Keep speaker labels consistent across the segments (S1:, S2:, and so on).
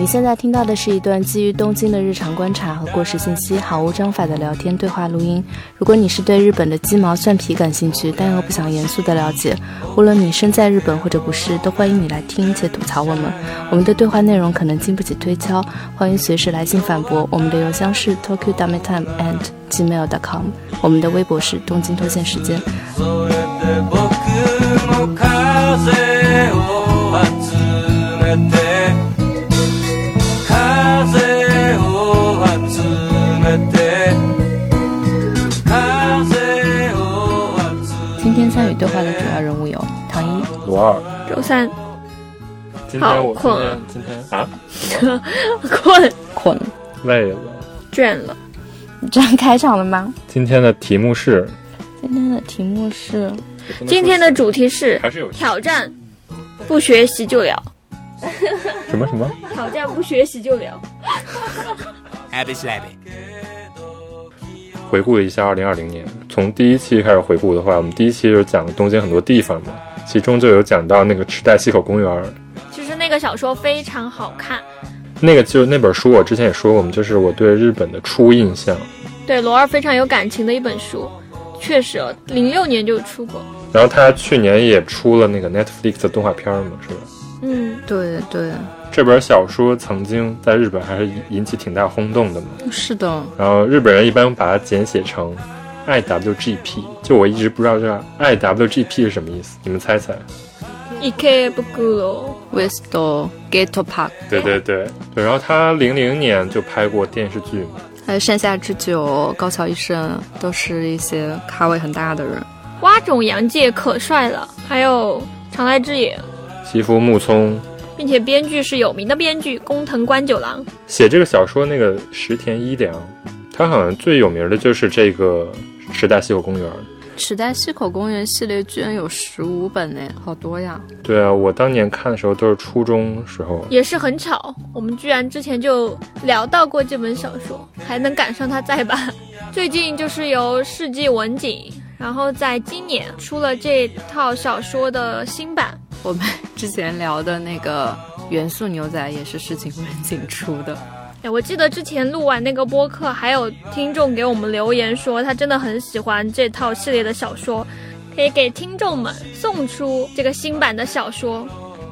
S1: 你现在听到的是一段基于东京的日常观察和过时信息毫无章法的聊天对话录音。如果你是对日本的鸡毛蒜皮感兴趣，但又不想严肃的了解，无论你身在日本或者不是，都欢迎你来听且吐槽我们。我们的对话内容可能经不起推敲，欢迎随时来信反驳。我们的邮箱是 tokyo dummy time and gmail.com，我们的微博是东京脱线时间。
S2: それで僕も風を集めて風を集めて風を集めて
S1: 今天参与对话的主要人物有唐 一、
S3: 罗二，
S4: 周三
S5: 今
S4: 好
S5: 天我
S4: 困啊
S5: 今天今天
S4: 困
S1: 困。
S5: 累了。
S4: 倦了，
S1: 你这样开场了吗？
S5: 今天的题目是
S1: 今天的题目是
S4: 今天的主题是
S3: 还是有
S4: 挑战，不学习就聊。
S5: 什么什么？
S4: 挑战不学习就聊。
S5: 回顾一下二零二零年，从第一期开始回顾的话，我们第一期就是讲了东京很多地方嘛，其中就有讲到那个池袋西口公园儿，
S4: 其实那个小说非常好看，
S5: 那个就是那本书，我之前也说过嘛，就是我对日本的初印象。
S4: 对罗二非常有感情的一本书，确实哦，零六年就出过。
S5: 然后他去年也出了那个 Netflix 的动画片儿嘛，是吧？
S4: 嗯，
S1: 对对，
S5: 这本小说曾经在日本还是引起挺大轰动的嘛。
S1: 是的，
S5: 然后日本人一般把它简写成 IWGP，就我一直不知道这 IWGP 是什么意思，你们猜猜？
S4: 一 k 不咕噜，
S1: West Ghetto Park，
S5: 对对对对，然后他零零年就拍过电视剧嘛，
S1: 还有山下智久、高桥医生，都是一些咖位很大的人。
S4: 蛙种洋介可帅了，还有长濑智也，
S5: 西夫木聪
S4: 并且编剧是有名的编剧工藤官九郎。
S5: 写这个小说那个石田一良，他好像最有名的就是这个池袋西口公园。
S1: 池袋西口公园系列居然有十五本呢，好多呀！
S5: 对啊，我当年看的时候都是初中时候，
S4: 也是很吵。我们居然之前就聊到过这本小说，还能赶上它再版。 最近就是由世纪文景，然后在今年出了这套小说的新版。
S1: 我们之前聊的那个元素牛仔也是事情文景出的，
S4: 哎，我记得之前录完那个播客，还有听众给我们留言说，他真的很喜欢这套系列的小说，可以给听众们送出这个新版的小说。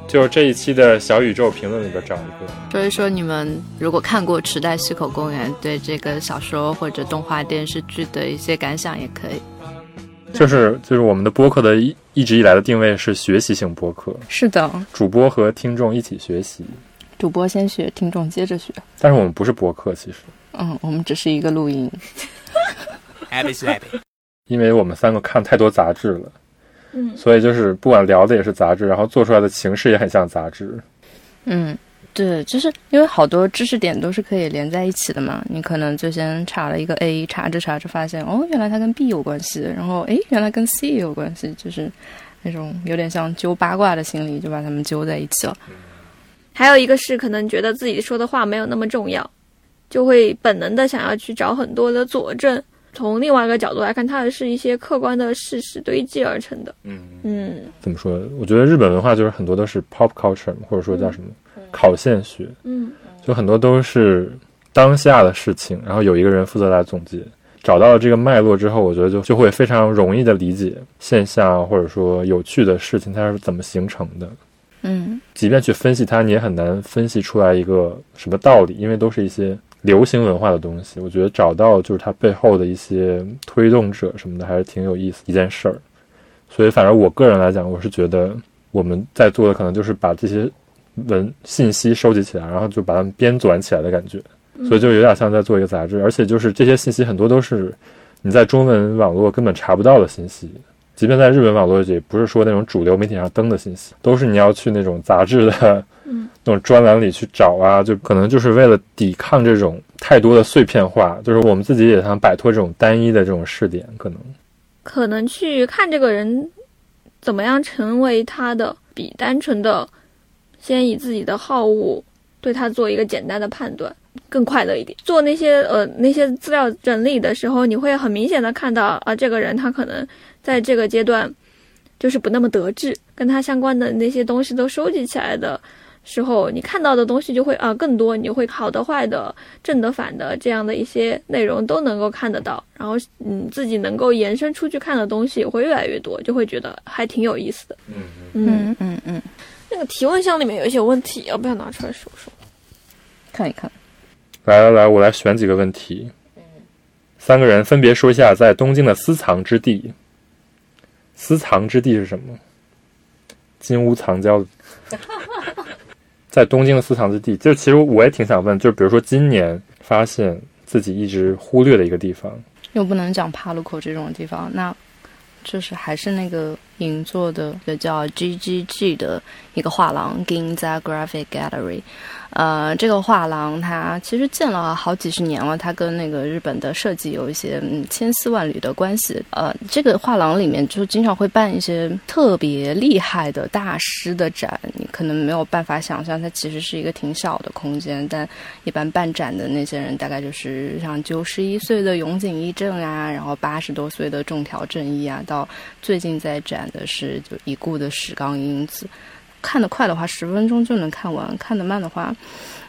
S5: 就是这一期的小宇宙评论里边找一个。
S1: 所以说你们如果看过池袋西口公园，对这个小说或者动画电视剧的一些感想也可以。
S5: 就是就是我们的播客的一一直以来的定位是学习型播客，
S1: 是的，
S5: 主播和听众一起学习。
S1: 主播先学，听众接着学。
S5: 但是我们不是播客，其实，
S1: 嗯，我们只是一个录音。
S5: 因为我们三个看太多杂志了，
S4: 嗯，
S5: 所以就是不管聊的也是杂志，然后做出来的形式也很像杂志。
S1: 嗯，对，就是因为好多知识点都是可以连在一起的嘛。你可能就先查了一个 A，查着查着发现，哦，原来它跟 B 有关系，然后诶，原来跟 C 也有关系，就是那种有点像揪八卦的心理，就把它们揪在一起了。
S4: 还有一个是可能觉得自己说的话没有那么重要，就会本能的想要去找很多的佐证。从另外一个角度来看，它的是一些客观的事实堆积而成的。
S5: 嗯，
S4: 嗯
S5: 怎么说？我觉得日本文化就是很多都是 pop culture，或者说叫什么考现学，
S4: 嗯，
S5: 就很多都是当下的事情，然后有一个人负责来总结。找到了这个脉络之后，我觉得就就会非常容易的理解现象，啊或者说有趣的事情它是怎么形成的。
S1: 嗯，
S5: 即便去分析它，你也很难分析出来一个什么道理，因为都是一些流行文化的东西。我觉得找到就是它背后的一些推动者什么的，还是挺有意思一件事儿。所以，反正我个人来讲，我是觉得我们在做的可能就是把这些文信息收集起来，然后就把它们编纂起来的感觉，
S4: 嗯
S5: 所以就有点像在做一个杂志。而且就是这些信息很多都是你在中文网络根本查不到的信息，即便在日本网络也不是说那种主流媒体上登的信息，都是你要去那种杂志的
S4: 嗯
S5: 那种专栏里去找啊，就可能就是为了抵抗这种太多的碎片化，就是我们自己也想摆脱这种单一的这种试点，可能
S4: 可能去看这个人怎么样成为他的，比单纯的先以自己的好恶对他做一个简单的判断更快乐一点。做那些呃那些资料整理的时候，你会很明显的看到啊、这个人他可能在这个阶段就是不那么得志，跟他相关的那些东西都收集起来的。时候，你看到的东西就会啊、更多，你就会好的、坏的、正的、反的这样的一些内容都能够看得到，然后你自己能够延伸出去看的东西也会越来越多，就会觉得还挺有意思的。
S5: 嗯
S4: 嗯，
S1: 嗯嗯嗯，
S4: 那个提问箱里面有一些问题，要不要拿出来说说？
S1: 看一看。
S5: 来来来，我来选几个问题。三个人分别说一下在东京的私藏之地。私藏之地是什么？金屋 藏娇。在东京的私藏之地，就其实我也挺想问，就比如说今年发现自己一直忽略的一个地方，
S1: 又不能讲帕鲁口这种地方，那就是还是那个银座的，一个叫 G G G 的一个画廊 Ginza Graphic Gallery。呃，这个画廊它其实建了好几十年了，它跟那个日本的设计有一些嗯千丝万缕的关系。呃，这个画廊里面就经常会办一些特别厉害的大师的展，你可能没有办法想象，它其实是一个挺小的空间，但一般办展的那些人，大概就是像九十一岁的永井一正啊，然后八十多岁的中条正一啊，到最近在展的是就已故的石冈英子。看得快的话，十分钟就能看完；看得慢的话，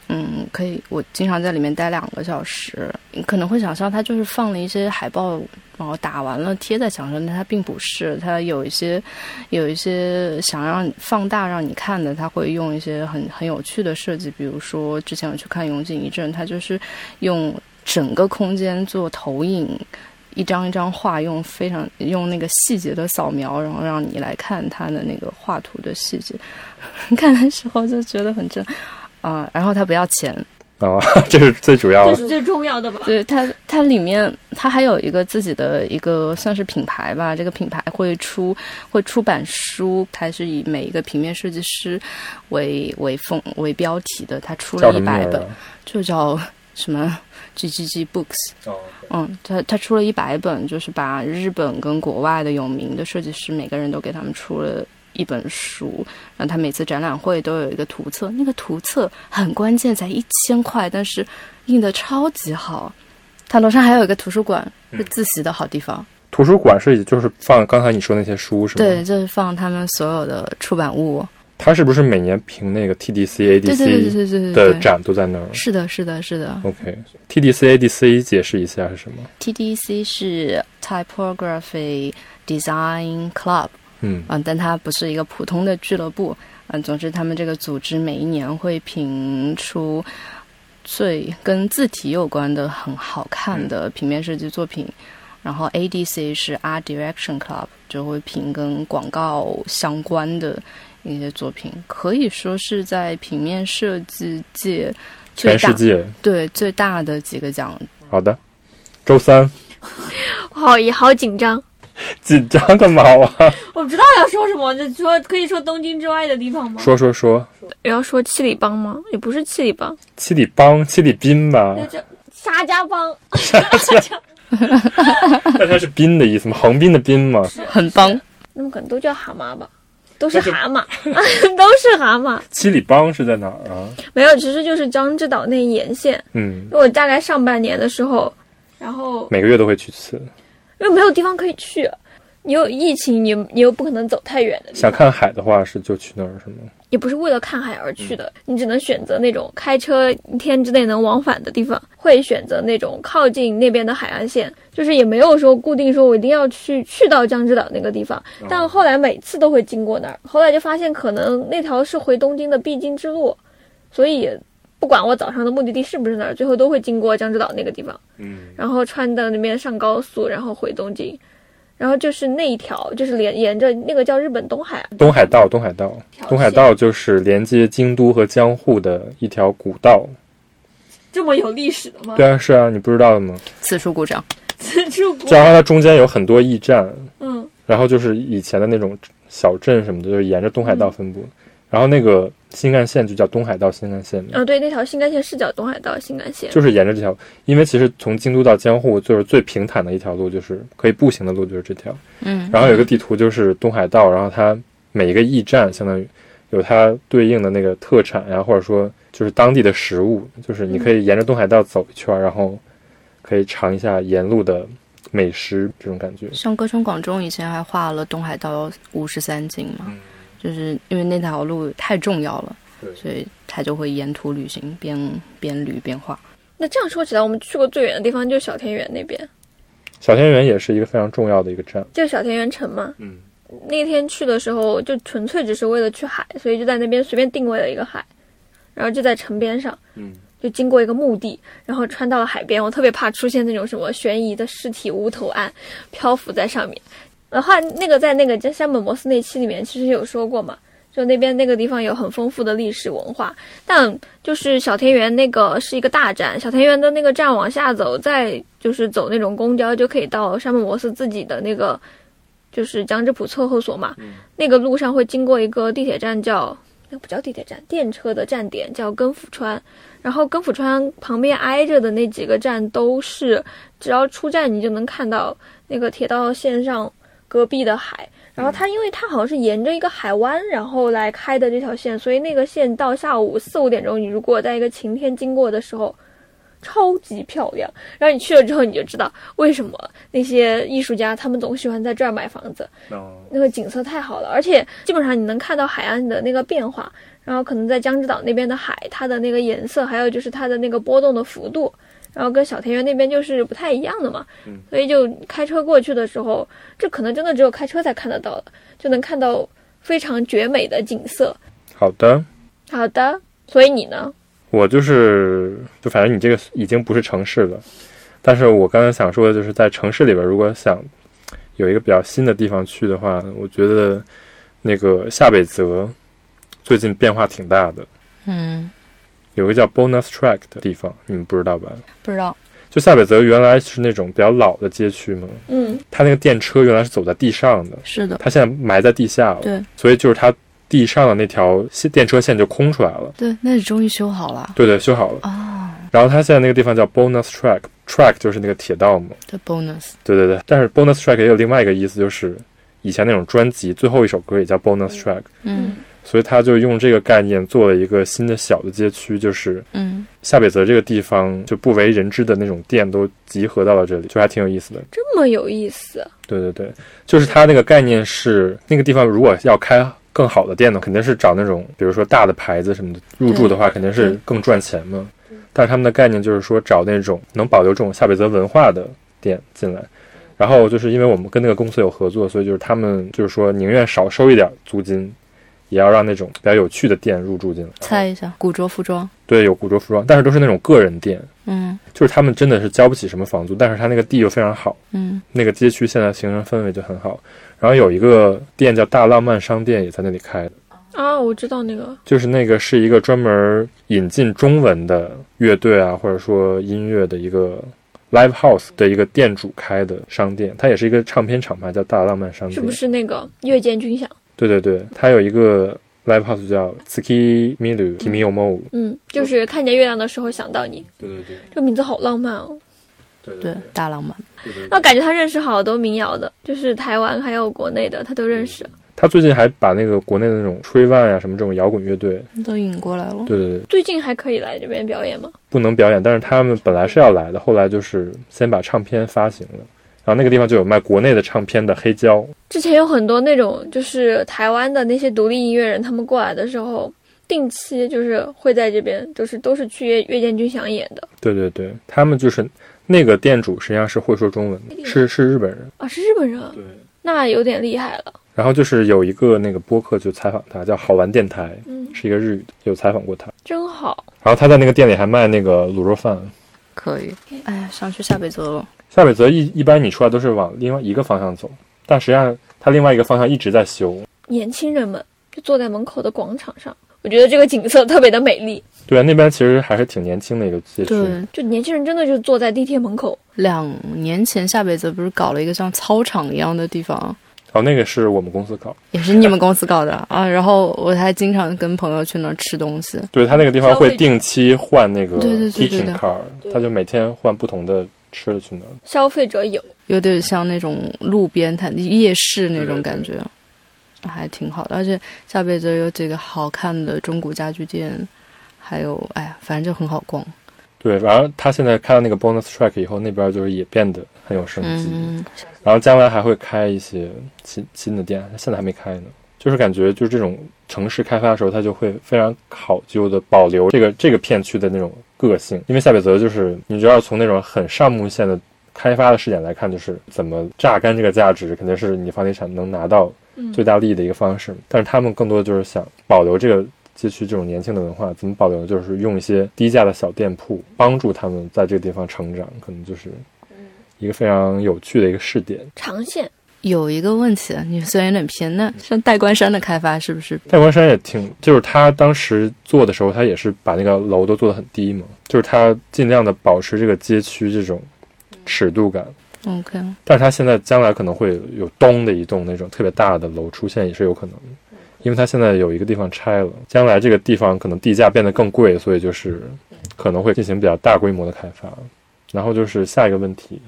S1: 嗯，可以。我经常在里面待两个小时。你可能会想象它就是放了一些海报，然后打完了贴在墙上，但它并不是。它有一些有一些想让你放大让你看的，他会用一些很很有趣的设计，比如说之前我去看永井一正，他就是用整个空间做投影，一张一张画用非常用那个细节的扫描，然后让你来看他的那个画图的细节， 看的时候就觉得很正。啊、然后他不要钱，
S5: 啊，这是最主要
S4: 这
S5: 的。
S4: 是最重要的吧？
S1: 对它，它里面它还有一个自己的一个算是品牌吧，这个品牌会出会出版书，它是以每一个平面设计师为为封为标题的，它出
S5: 叫
S1: 了
S5: 什
S1: 一
S5: 么
S1: 百
S5: 名
S1: 本
S5: 儿，啊？
S1: 就叫什么 G G G Books，
S5: 哦
S1: 嗯，他他出了一百本，就是把日本跟国外的有名的设计师，每个人都给他们出了一本书。然后他每次展览会都有一个图册，那个图册很关键，才一千块，但是印的超级好。他楼上还有一个图书馆，是自习的好地方。
S5: 图书馆是就是放刚才你说那些书是吗？
S1: 对，，就是放他们所有的出版物。
S5: 它是不是每年评那个 TDC、
S1: 对对对对
S5: ADC
S1: 对对
S5: 的
S1: 对。
S5: 展都在那儿
S1: 是的，是的，是的。
S5: ？OK，TDC、ADC 解释一下是什么？
S1: TDC 是 Typography Design Club，
S5: 嗯
S1: 嗯，但它不是一个普通的俱乐部。嗯，总之他们这个组织每一年会评出最跟字体有关的很好看
S5: 嗯
S1: 的平面设计作品。然后 ADC 是 Art Direction Club，就会评跟广告相关的一些作品，可以说是在平面设计界最
S5: 全世
S1: 大
S5: 界。
S1: 对最大的几个奖
S5: 好的，周三
S4: 好，也好紧张。
S5: 紧张干嘛啊？
S4: 我不知道要说什么，就说可以说东京之外的地方吗？
S5: 说说说，
S4: 要说七里帮吗？也不是七里帮，
S5: 七里帮、七里滨 吧，
S4: 这沙家浜。
S5: 但它是滨的意思吗？横滨的滨吗？
S1: 很棒。
S4: 那么可能都叫蛤蟆吧，都是蛤蟆， 都是蛤蟆。
S5: 七里帮是在哪儿啊？
S4: 没有，其实就是江之岛那一沿线。
S5: 嗯，
S4: 我大概上半年的时候，然后
S5: 每个月都会去一次。
S4: 因为没有地方可以去，你有疫情，你你又不可能走太远的地
S5: 想
S4: 方，
S5: 看海的话是就去那儿是吗？
S4: 也不是为了看海而去的，你只能选择那种开车一天之内能往返的地方，会选择那种靠近那边的海岸线，就是也没有说固定说我一定要去去到江之岛那个地方，但后来每次都会经过那儿，后来就发现可能那条是回东京的必经之路，所以不管我早上的目的地是不是那儿，最后都会经过江之岛那个地方。
S5: 嗯，
S4: 然后穿到那边上高速，然后回东京，然后就是那一条，就是连沿着那个叫日本东海啊岸，
S5: 东海道，东海道，
S4: 条
S5: 东海道就是连接京都和江户的一条古道。
S4: 这么有历史的吗？
S5: 对啊，是啊，你不知道的吗？
S1: 此处鼓掌。
S4: 自助国，
S5: 然后它中间有很多驿站，
S4: 嗯，
S5: 然后就是以前的那种小镇什么的，就是沿着东海道分布。然后那个新干线就叫东海道新干线嘛，
S4: 啊，对，那条新干线是叫东海道新干线，
S5: 就是沿着这条，因为其实从京都到江户就是最平坦的一条路，就是可以步行的路就是这条。
S1: 嗯，
S5: 然后有一个地图就是东海道，然后它每一个驿站相当于有它对应的那个特产呀，或者说就是当地的食物，就是你可以沿着东海道走一圈，然后可以尝一下沿路的美食，这种感觉。
S1: 像歌川广中以前还画了东海道五十三景嘛，就是因为那条路太重要了，
S5: 嗯对
S6: 所以他就会沿途旅行，边边旅边画。
S4: 那这样说起来，我们去过最远的地方就是小田园那边，
S5: 小田园也是一个非常重要的一个站。
S4: 就是小田园城嘛。
S5: 嗯，
S4: 那天去的时候就纯粹只是为了去海，所以就在那边随便定位了一个海，然后就在城边上，
S5: 嗯，
S4: 就经过一个墓地，然后穿到了海边。我特别怕出现那种什么悬疑的尸体无头案漂浮在上面。然后那个在那个《山本摩斯》那期里面其实有说过嘛，就那边那个地方有很丰富的历史文化，但就是小田园那个是一个大站，小田园的那个站往下走，再就是走那种公交就可以到山本摩斯自己的那个就是江之浦测候所嘛，那个路上会经过一个地铁站叫，那不叫地铁站，电车的站点叫根府川，然后根府川旁边挨着的那几个站都是，只要出站你就能看到那个铁道线上隔壁的海。然后它，因为它好像是沿着一个海湾，然后来开的这条线，所以那个线到下午四五点钟，你如果在一个晴天经过的时候，超级漂亮。然后你去了之后，你就知道为什么那些艺术家他们总喜欢在这儿买房子，
S5: 嗯，
S4: 那个景色太好了，而且基本上你能看到海岸的那个变化，然后可能在江之岛那边的海，它的那个颜色，还有就是它的那个波动的幅度，然后跟小田园那边就是不太一样的嘛，
S5: 嗯
S4: 所以就开车过去的时候，这可能真的只有开车才看得到了，就能看到非常绝美的景色。
S5: 好的，
S4: 好的，所以你呢？
S5: 我就是就反正你这个已经不是城市了，但是我刚才想说的就是在城市里边，如果想有一个比较新的地方去的话，我觉得那个下北泽最近变化挺大的，
S6: 嗯，
S5: 有个叫 Bonus Track 的地方，你们不知道吧？
S6: 不知道。
S5: 就下北泽原来是那种比较老的街区嘛，
S4: 嗯，
S5: 它那个电车原来是走在地上的，
S6: 是的，
S5: 它现在埋在地下了，
S6: 对
S5: 所以就是它地上的那条线电车线就空出来了，
S6: 对，那里终于修好了
S5: 对对，修好了。
S6: 啊。
S5: 然后它现在那个地方叫 Bonus Track，Track 就是那个铁道嘛，
S6: The bonus，
S5: 对对对。但是 Bonus Track 也有另外一个意思，就是以前那种专辑最后一首歌也叫 Bonus Track，
S6: 嗯
S5: 所以他就用这个概念做了一个新的小的街区，就是
S6: 嗯，
S5: 下北泽这个地方就不为人知的那种店都集合到了这里，就还挺有意思的。
S4: 这么有意思。啊
S5: 对对对，就是它那个概念是那个地方如果要开更好的店呢，肯定是找那种比如说大的牌子什么的入驻的话，肯定是更赚钱嘛。但是他们的概念就是说找那种能保留这种夏北泽文化的店进来。然后就是因为我们跟那个公司有合作，所以就是他们就是说宁愿少收一点租金，也要让那种比较有趣的店入驻进来。
S6: 猜一下，古着服装，
S5: 对，有古着服装，但是都是那种个人店，
S6: 嗯
S5: 就是他们真的是交不起什么房租，但是他那个地又非常好。
S6: 嗯
S5: 那个街区现在形成氛围就很好。然后有一个店叫大浪漫商店，也在那里开的，
S4: 啊，我知道那个，
S5: 就是那个是一个专门引进中文的乐队啊，或者说音乐的一个 live house 的一个店主开的商店，它也是一个唱片厂牌，叫大浪漫商店。
S4: 是不是那个月见军饷？
S5: 对对对，它有一个 live house 叫 Ski Milu Kimi Omo。
S4: 嗯，就是看见月亮的时候想到你，
S5: 对对对
S4: 这名字好浪漫哦。
S5: 对
S6: 对，大浪漫，
S5: 对
S4: 那感觉他认识好多民谣的，就是台湾还有国内的，他都认识。
S5: 他最近还把那个国内的那种吹万啊什么这种摇滚乐队，
S6: 都引过来了。
S5: 对对对，
S4: 最近还可以来这边表演吗？
S5: 不能表演，但是他们本来是要来的，后来就是先把唱片发行了，然后那个地方就有卖国内的唱片的黑胶，
S4: 之前有很多那种就是台湾的那些独立音乐人，他们过来的时候，定期就是会在这边，就是都是去月月见军饷演的
S5: 对对对，他们就是那个店主实际上是会说中文的，是是日本人，
S4: 啊，是日本人啊，
S5: 对。
S4: 那有点厉害了。
S5: 然后就是有一个那个播客就采访他，叫好玩电台，
S4: 嗯，
S5: 是一个日语的，有采访过他。
S4: 真好。
S5: 然后他在那个店里还卖那个卤肉饭。
S6: 可以。哎呀，想去下北泽了。
S5: 下北泽一一般你出来都是往另外一个方向走，但实际上它另外一个方向一直在修。
S4: 年轻人们就坐在门口的广场上，我觉得这个景色特别的美丽。
S5: 对啊，那边其实还是挺年轻的一个街区。
S6: 对，
S4: 就年轻人真的就坐在地铁门口，
S6: 两年前下北泽不是搞了一个像操场一样的地方，
S5: 哦，那个是我们公司搞，
S6: 也是你们公司搞的啊。然后我还经常跟朋友去那儿吃东西。
S5: 对他那个地方
S4: 消费
S5: 会定期换那个
S6: 对对对对
S5: teaching
S6: 对
S5: card，他就每天换不同的吃的去那儿。
S4: 消费者有。
S6: 有点像那种路边摊、夜市那种感觉，还挺好的。而且下北泽有几个好看的中古家具店，还有哎呀，反正就很好逛。
S5: 对，然后他现在开了那个 bonus track 以后，那边就是也变得很有生机。
S6: 嗯，
S5: 然后将来还会开一些新新的店，现在还没开呢。就是感觉就是这种城市开发的时候，它就会非常考究的保留这个这个片区的那种个性，因为夏北泽就是你就要从那种很上木线的开发的视点来看，就是怎么榨干这个价值，肯定是你房地产能拿到
S4: 嗯
S5: 最大利益的一个方式。但是他们更多的就是想保留这个街区这种年轻的文化，怎么保留呢？就是用一些低价的小店铺帮助他们在这个地方成长，可能就是一个非常有趣的一个试点。
S4: 长线
S6: 有一个问题，你虽然有点偏，那像代官山的开发是不是？
S5: 戴光山也挺，就是他当时做的时候，他也是把那个楼都做得很低嘛，就是他尽量的保持这个街区这种尺度感。
S6: OK，
S5: 但是他现在将来可能会有东的一栋那种特别大的楼出现，也是有可能的，
S6: 嗯
S5: 因为他现在有一个地方拆了，将来这个地方可能地价变得更贵，所以就是可能会进行比较大规模的开发。然后就是下一个问题，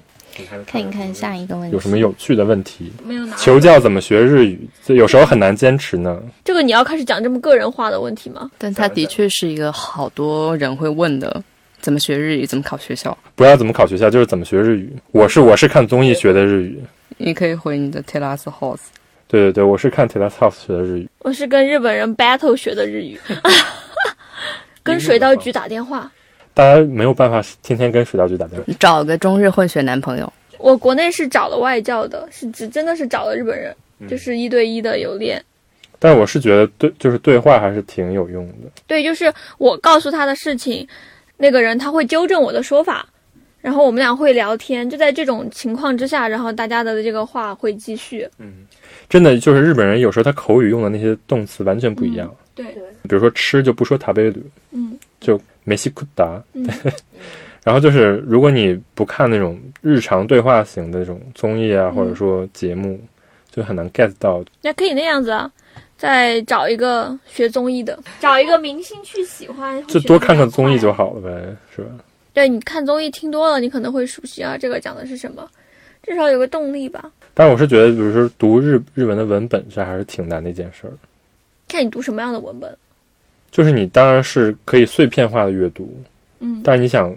S6: 看一看下一个问题
S5: 有什么？有趣的问题？
S4: 没有拿
S5: 求教怎么学日语？这有时候很难坚持呢。
S4: 这个你要开始讲这么个人化的问题吗？
S6: 但它的确是一个好多人会问的，怎么学日语，怎么考学校？
S5: 不要怎么考学校，就是怎么学日语。我是我是看综艺学的日语，
S6: 你可以回你的 Terrace House。
S5: 对对对，我是看 Terrace House 学的日语。
S4: 我是跟日本人 battle 学的日语， 跟水稻局打电话。
S5: 大家没有办法天天跟水道局打电话，
S6: 找个中日混血男朋友，
S4: 我国内是找了外教的，是指真的是找了日本人，
S5: 嗯
S4: 就是一对一的有练。
S5: 但是我是觉得对，就是对话还是挺有用的。
S4: 对，就是我告诉他的事情，那个人他会纠正我的说法，然后我们俩会聊天。就在这种情况之下，然后大家的这个话会继续。
S5: 真的就是日本人有时候他口语用的那些动词完全不一样，
S4: 嗯对，
S5: 比如说吃就不说食べる，
S4: 嗯，
S5: 就没西库达。
S4: 嗯
S5: 然后就是如果你不看那种日常对话型的那种综艺啊，或者说节目，就很难 get 到。
S4: 那可以那样子啊。再找一个学综艺的，找一个明星去喜欢，
S5: 就多看看综艺
S4: 啊
S5: 就好了呗，是吧？
S4: 对，你看综艺听多了，你可能会熟悉啊，这个讲的是什么，至少有个动力吧。
S5: 但我是觉得，比如说读日日文的文本，这还是挺难的一件事儿。
S4: 看你读什么样的文本，
S5: 就是你当然是可以碎片化的阅读，
S4: 嗯，
S5: 但是你想，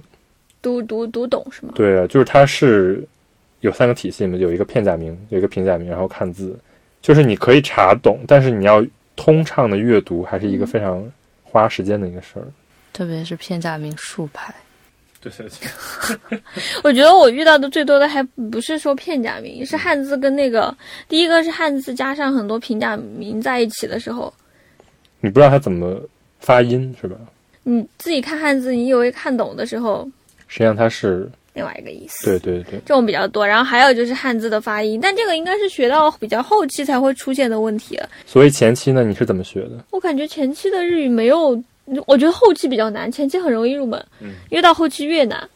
S4: 读读读懂是吗？
S5: 对啊，就是它是有三个体系嘛，有一个片假名，有一个平假名，然后汉字，就是你可以查懂，但是你要通畅的阅读，还是一个非常花时间的一个事儿。
S6: 特别是片假名竖排，
S5: 对对对，
S4: 我觉得我遇到的最多的还不是说片假名，是汉字跟那个第一个是汉字加上很多平假名在一起的时候，
S5: 你不知道它怎么发音是吧？
S4: 你自己看汉字，你以为看懂的时候，
S5: 实际上它是，
S4: 另外一个意思。
S5: 对对对，
S4: 这种比较多，然后还有就是汉字的发音，但这个应该是学到比较后期才会出现的问题了。
S5: 所以前期呢，你是怎么学的？
S4: 我感觉前期的日语没有，我觉得后期比较难，前期很容易入门，
S5: 嗯
S4: 越到后期越难。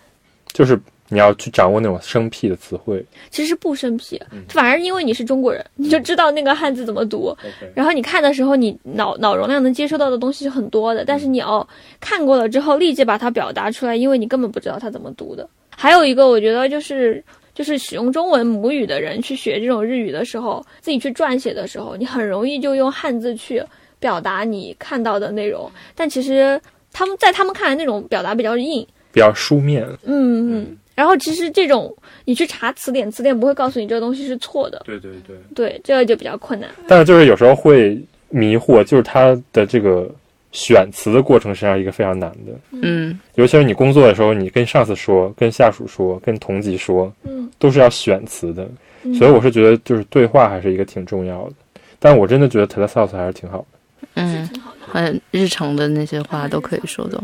S5: 就是你要去掌握那种生僻的词汇。
S4: 其实不生僻，反而因为你是中国人，你就知道那个汉字怎么读。
S5: OK，
S4: 然后你看的时候，你脑脑容量能接收到的东西是很多的，但是你要看过了之后，立即把它表达出来，因为你根本不知道它怎么读的。还有一个，我觉得就是就是使用中文母语的人去学这种日语的时候，自己去撰写的时候，你很容易就用汉字去表达你看到的内容，但其实他们在他们看来那种表达比较硬，
S5: 比较书面。
S4: 嗯嗯。然后其实这种你去查词典，词典不会告诉你这个东西是错的，
S5: 对对对。
S4: 对，这个就比较困难。
S5: 但是就是有时候会迷惑，就是它的这个选词的过程实际上是一个非常难的，
S6: 嗯，
S5: 尤其是你工作的时候，你跟上司说、跟下属说、跟同级说，
S4: 嗯，
S5: 都是要选词的。
S4: 嗯
S5: 所以我是觉得，就是对话还是一个挺重要的。但我真的觉得 t e l e s o u s 还是挺好的。
S6: 嗯，很日常的那些话都可以说懂。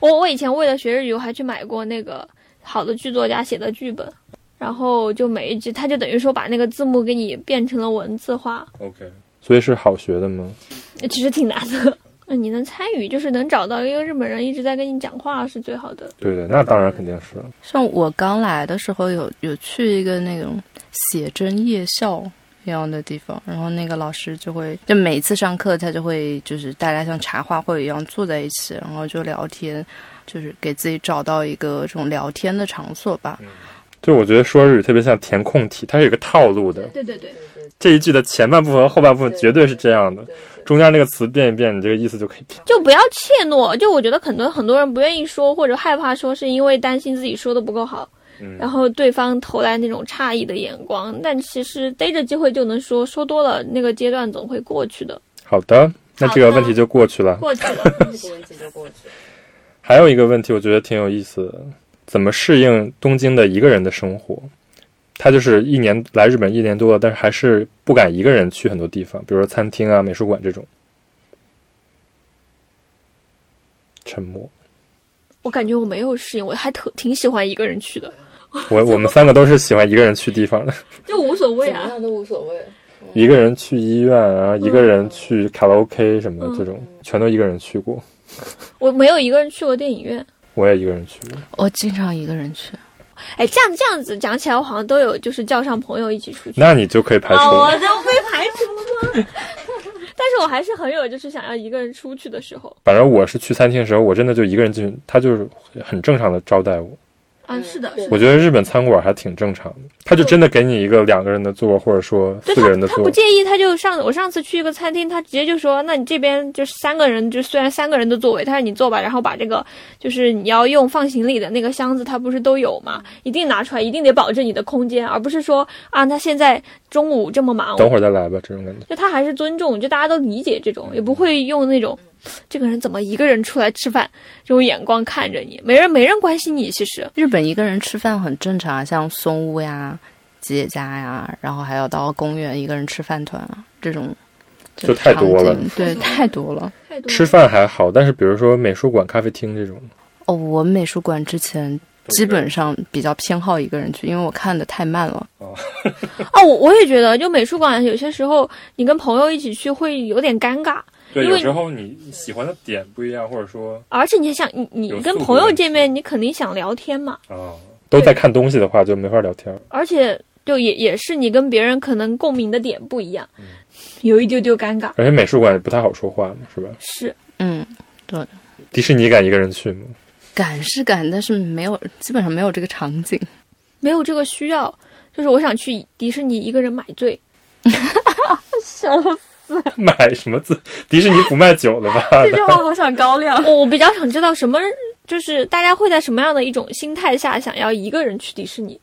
S4: 我我以前为了学日语，我还去买过那个好的剧作家写的剧本，然后就每一集，他就等于说把那个字幕给你变成了文字化，
S5: OK，所以是好学的吗？
S4: 其实挺难的。 嗯，你能参与，就是能找到一个日本人一直在跟你讲话是最好的。
S5: 对对，那当然肯定是。
S6: 像我刚来的时候有，有去一个那种写真夜校一样的地方，然后那个老师就会，就每次上课他就会就是大家像茶话会一样坐在一起，然后就聊天，就是给自己找到一个这种聊天的场所吧。
S5: 就我觉得说日语特别像填空题，它是有个套路的。
S4: 对对对，
S5: 这一句的前半部分和后半部分绝对是这样的，中间那个词变一变，你这个意思就可以变。
S4: 就不要怯懦。就我觉得很多很多人不愿意说或者害怕说，是因为担心自己说的不够好，
S5: 嗯
S4: 然后对方投来那种诧异的眼光。但其实逮着机会就能说，说多了那个阶段总会过去的。
S5: 好的，那这个问题就过去了。
S4: 过去了。
S1: 这个问题就过去了。
S5: 还有一个问题，我觉得挺有意思的，怎么适应东京的一个人的生活？他就是一年来日本一年多了，但是还是不敢一个人去很多地方，比如说餐厅啊、美术馆这种。沉默。
S4: 我感觉我没有适应，我还特挺喜欢一个人去的，
S5: 我我们三个都是喜欢一个人去地方的，
S4: 就无所谓
S1: 怎么
S4: 啊。
S1: 样都无所谓。
S5: 一个人去医院啊，一个人去卡拉 OK 什么的，这种全都一个人去过。
S4: 我没有一个人去过电影院。
S5: 我也一个人去
S1: 嗯
S5: 过。
S6: 我经常一个人去。
S4: 哎，这样这样子讲起来，我好像都有就是叫上朋友一起出去。
S5: 那你就可以排除
S4: 哦，我
S5: 了。
S4: 都被排除了。 但是我还是很有就是想要一个人出去的时候
S5: 反正我是去餐厅的时候，我真的就一个人进去，他就是很正常的招待我。
S4: 啊，是的，
S1: 对
S4: 是的。
S5: 我觉得日本餐馆还挺正常的，他就真的给你一个两个人的座，或者说
S4: 对
S5: 四个人
S4: 他，
S5: 的
S4: 他不
S5: 座。
S4: 介意，他就上我上次去一个餐厅，他直接就说：“那你这边就是三个人，就虽然三个人的座位，但是你坐吧，然后把这个就是你要用放行李的那个箱子，它不是都有嘛，一定拿出来，一定得保证你的空间，而不是说啊，那现在中午这么忙，
S5: 等会儿再来吧，这种感觉。
S4: 就他还是尊重，就大家都理解这种，也不会用那种这个人怎么一个人出来吃饭这种眼光看着你，没人没人关心你。其实
S6: 日本一个人吃饭很正常啊，像松屋呀、吉野家呀，然后还有到公园一个人吃饭团啊，这种
S5: 就太多
S6: 这
S5: 了，
S6: 种场景对， 太多了。
S5: 吃饭还好，但是比如说美术馆、咖啡厅这种，
S6: 哦，我美术馆之前基本上比较偏好一个人去，因为我看的太慢了。
S4: 哦，我我也觉得，就美术馆有些时候你跟朋友一起去会有点尴尬，
S5: 对，
S4: 因为
S5: 有时候你喜欢的点不一样，或者说
S4: 而且你还想你你
S5: 有
S4: 跟
S5: 速度
S4: 朋友
S5: 问题
S4: 见面，你肯定想聊天嘛，
S5: 啊，都在看东西的话就没法聊天。
S4: 而且就也也是你跟别人可能共鸣的点不一
S5: 嗯
S4: 样，有一丢丢尴尬。
S5: 而且美术馆也不太好说话嘛，是吧？
S4: 是
S6: 嗯，
S5: 迪士尼敢一个人去吗？
S6: 赶是赶，但是没有，基本上没有这个场景。
S4: 没有这个需要，就是我想去迪士尼一个人买醉，笑死。
S5: 买什么字？迪士尼不卖酒的吧？
S6: 话好想高亮。
S4: 我我比较想知道什么，就是大家会在什么样的一种心态下想要一个人去迪士尼？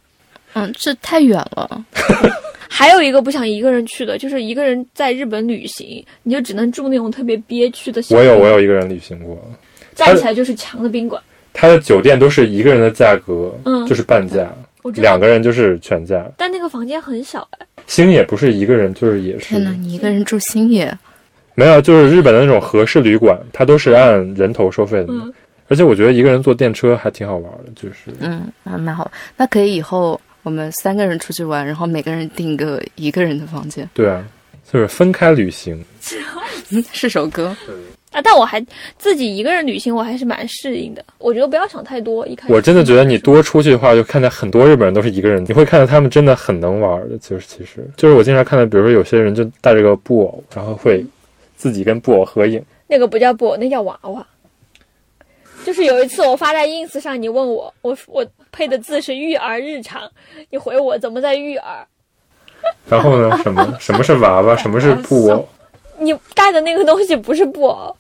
S6: 嗯，这太远了。
S4: 还有一个不想一个人去的，就是一个人在日本旅行，你就只能住那种特别憋屈的小。
S5: 我有我，有一个人旅行过，
S4: 站起来就是墙的宾馆。
S5: 他的酒店都是一个人的价格，
S4: 嗯
S5: 就是半价，
S4: 我知道
S5: 两个人就是全价。
S4: 但那个房间很小哎，
S5: 星野不是一个人，就是也是
S6: 天哪，你一个人住星野，
S5: 没有，就是日本的那种和式旅馆，它都是按人头收费的。
S4: 嗯
S5: 而且我觉得一个人坐电车还挺好玩的，就是
S6: 嗯，还蛮好。那可以以后我们三个人出去玩，然后每个人订个一个人的房间。
S5: 对啊，就是分开旅行。
S6: 嗯，是首歌。
S4: 啊！但我还自己一个人旅行，我还是蛮适应的。我觉得不要想太多，
S6: 哎
S4: 一开始
S5: 我真的觉得你多出去的话，就看见很多日本人都是一个人，你会看到他们真的很能玩的。就是其实就是我经常看到，比如说有些人就带着个布偶，然后会
S6: 嗯
S5: 自己跟布偶合影。
S4: 那个不叫布偶，那叫娃娃。就是有一次我发在 ins 上，你问我，我我配的字是育儿日常，你回我怎么在育儿？
S5: 然 后呢，什么什么是娃娃，什么是布偶？
S4: 你带的那个东西不是布偶，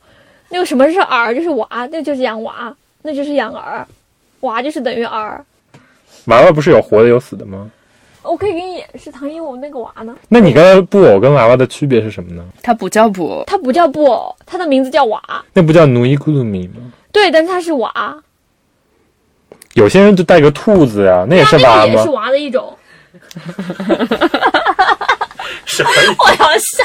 S4: 那个什么是儿，就是娃，那就是养娃，那就是养儿，娃就是等于儿。
S5: 娃娃不是有活的有死的吗？
S4: 我可以给你演示唐一我那个娃呢，
S5: 那你刚才布偶跟娃娃的区别是什么呢？
S6: 它不叫补，
S4: 它不叫布偶，它的名字叫娃，
S5: 那不叫奴伊咕噜米吗？
S4: 对，但它是娃，
S5: 有些人就带个兔子呀、那也是
S4: 那
S5: 娃
S4: 个也是
S5: 吗？
S4: 娃的一种。我要笑，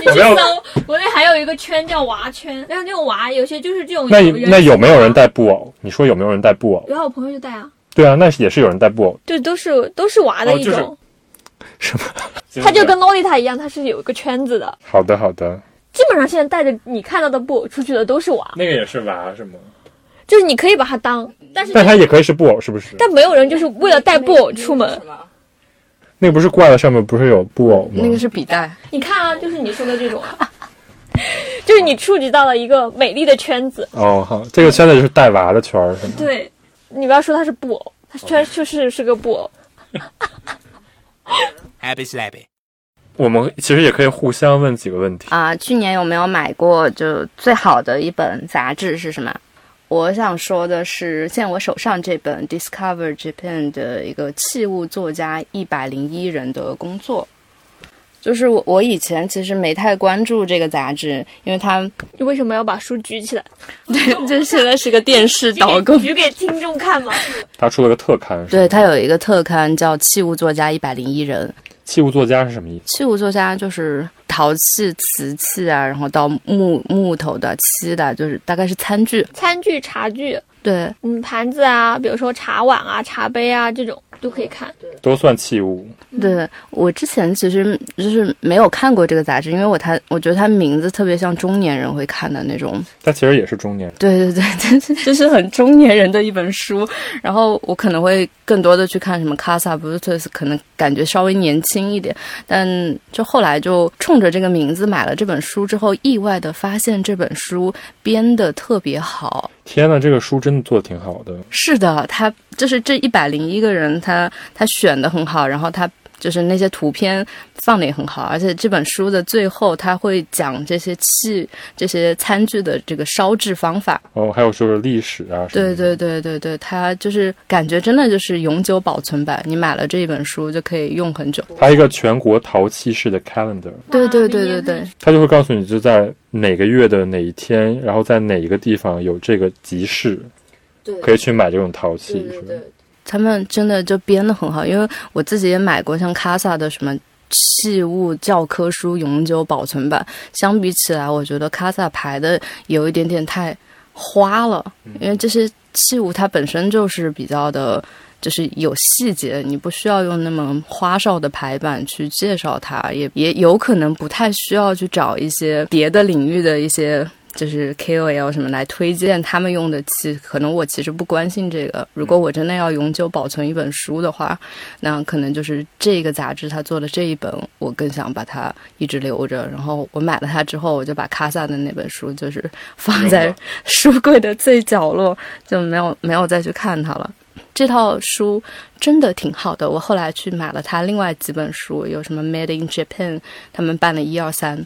S4: 你去
S5: 我没
S4: 搜，国内还有一个圈叫娃圈，然后那种娃哦有些就是这种。
S5: 那
S4: 人
S5: 那有没有人？带布偶？你说有没有人带布偶？
S4: 有啊，我朋友就带啊，
S5: 对啊，那也是有人带布偶。
S4: 对，都是都是娃的一
S5: 哦
S4: 种，
S5: 什么？
S4: 它就跟洛丽塔一样，它是有一个圈子的。
S5: 好的好的，
S4: 基本上现在带着你看到的布偶出去的都是娃，
S5: 那个也是娃是吗？
S4: 就是你可以把它当，但是
S5: 但它也可以是布偶，是不是？
S4: 但没有人就是为了带布偶出门
S1: 什。么？
S5: 那个不是挂在上面，不是有布偶吗？
S6: 那个是笔袋。
S4: 你看啊，就是你说的这种啊，就是你触及到了一个美丽的圈子。
S5: 哦，好，这个圈子就是带娃的圈儿，是吗？
S4: 对，你不要说它是布偶，它圈就是是个布偶。
S2: Happy slappy.
S5: 我们其实也可以互相问几个问题。
S6: 啊、去年有没有买过就最好的一本杂志是什么？我想说的是，现在我手上这本《Discover Japan》的一个器物作家一百零一人的工作，
S1: 就是我我以前其实没太关注这个杂志，因为它
S4: 你为什么要把书举起来？
S1: 对，就现在是个电视导购。
S4: 举给听众看嘛。
S5: 他出了个特刊，是吗
S1: 对，它有一个特刊叫《器物作家一百零一人》，
S5: 器物作家是什么意思？
S1: 器物作家就是陶器、瓷器啊，然后到木木头的、漆的，就是大概是餐具。
S4: 餐具、茶具，
S1: 对，
S4: 嗯，盘子啊，比如说茶碗啊、茶杯啊这种都可以看。
S5: 都算器物。
S1: 对我之前其实就是没有看过这个杂志，因为我它我觉得它名字特别像中年人会看的那种。
S5: 他其实也是中年人。
S1: 对对对，就是就是很中年人的一本书。然后我可能会更多的去看什么 Casa Brutus，可能感觉稍微年轻一点。但就后来就冲着这个名字买了这本书之后，意外的发现这本书编的特别好。
S5: 天呐，这个书真的做的挺好的。
S1: 是的，他就是这一百零一个人，他他选的很好，然后他就是那些图片放的也很好，而且这本书的最后他会讲这些器、这些餐具的这个烧制方法。
S5: 哦，还有就是历史啊什么
S1: 对
S5: 的。
S1: 对对对对，他就是感觉真的就是永久保存版，你买了这一本书就可以用很久。
S5: 它一个全国陶器式的 calendar，
S1: 对对对对
S4: 明年
S1: 对
S4: 开始，
S5: 它就会告诉你就在哪个月的哪一天，然后在哪一个地方有这个集市，
S1: 对
S5: 可以去买这种陶器，是吧？
S1: 他们真的就编的很好，因为我自己也买过像 Casa 的什么器物教科书永久保存版，相比起来，我觉得 Casa 排的有一点点太花了，因为这些器物它本身就是比较的。就是有细节，你不需要用那么花哨的排版去介绍它，也也有可能不太需要去找一些别的领域的一些就是 KOL 什么来推荐他们用的器，可能我其实不关心这个。如果我真的要永久保存一本书的话，那可能就是这个杂志它做的这一本，我更想把它一直留着。然后我买了它之后，我就把卡萨的那本书就是放
S5: 明
S1: 在
S5: 白
S1: 书柜的最角落，就没有没有再去看它了。这套书真的挺好的，我后来去买了它另外几本书，有什么《Made in Japan》，他们办了一二三，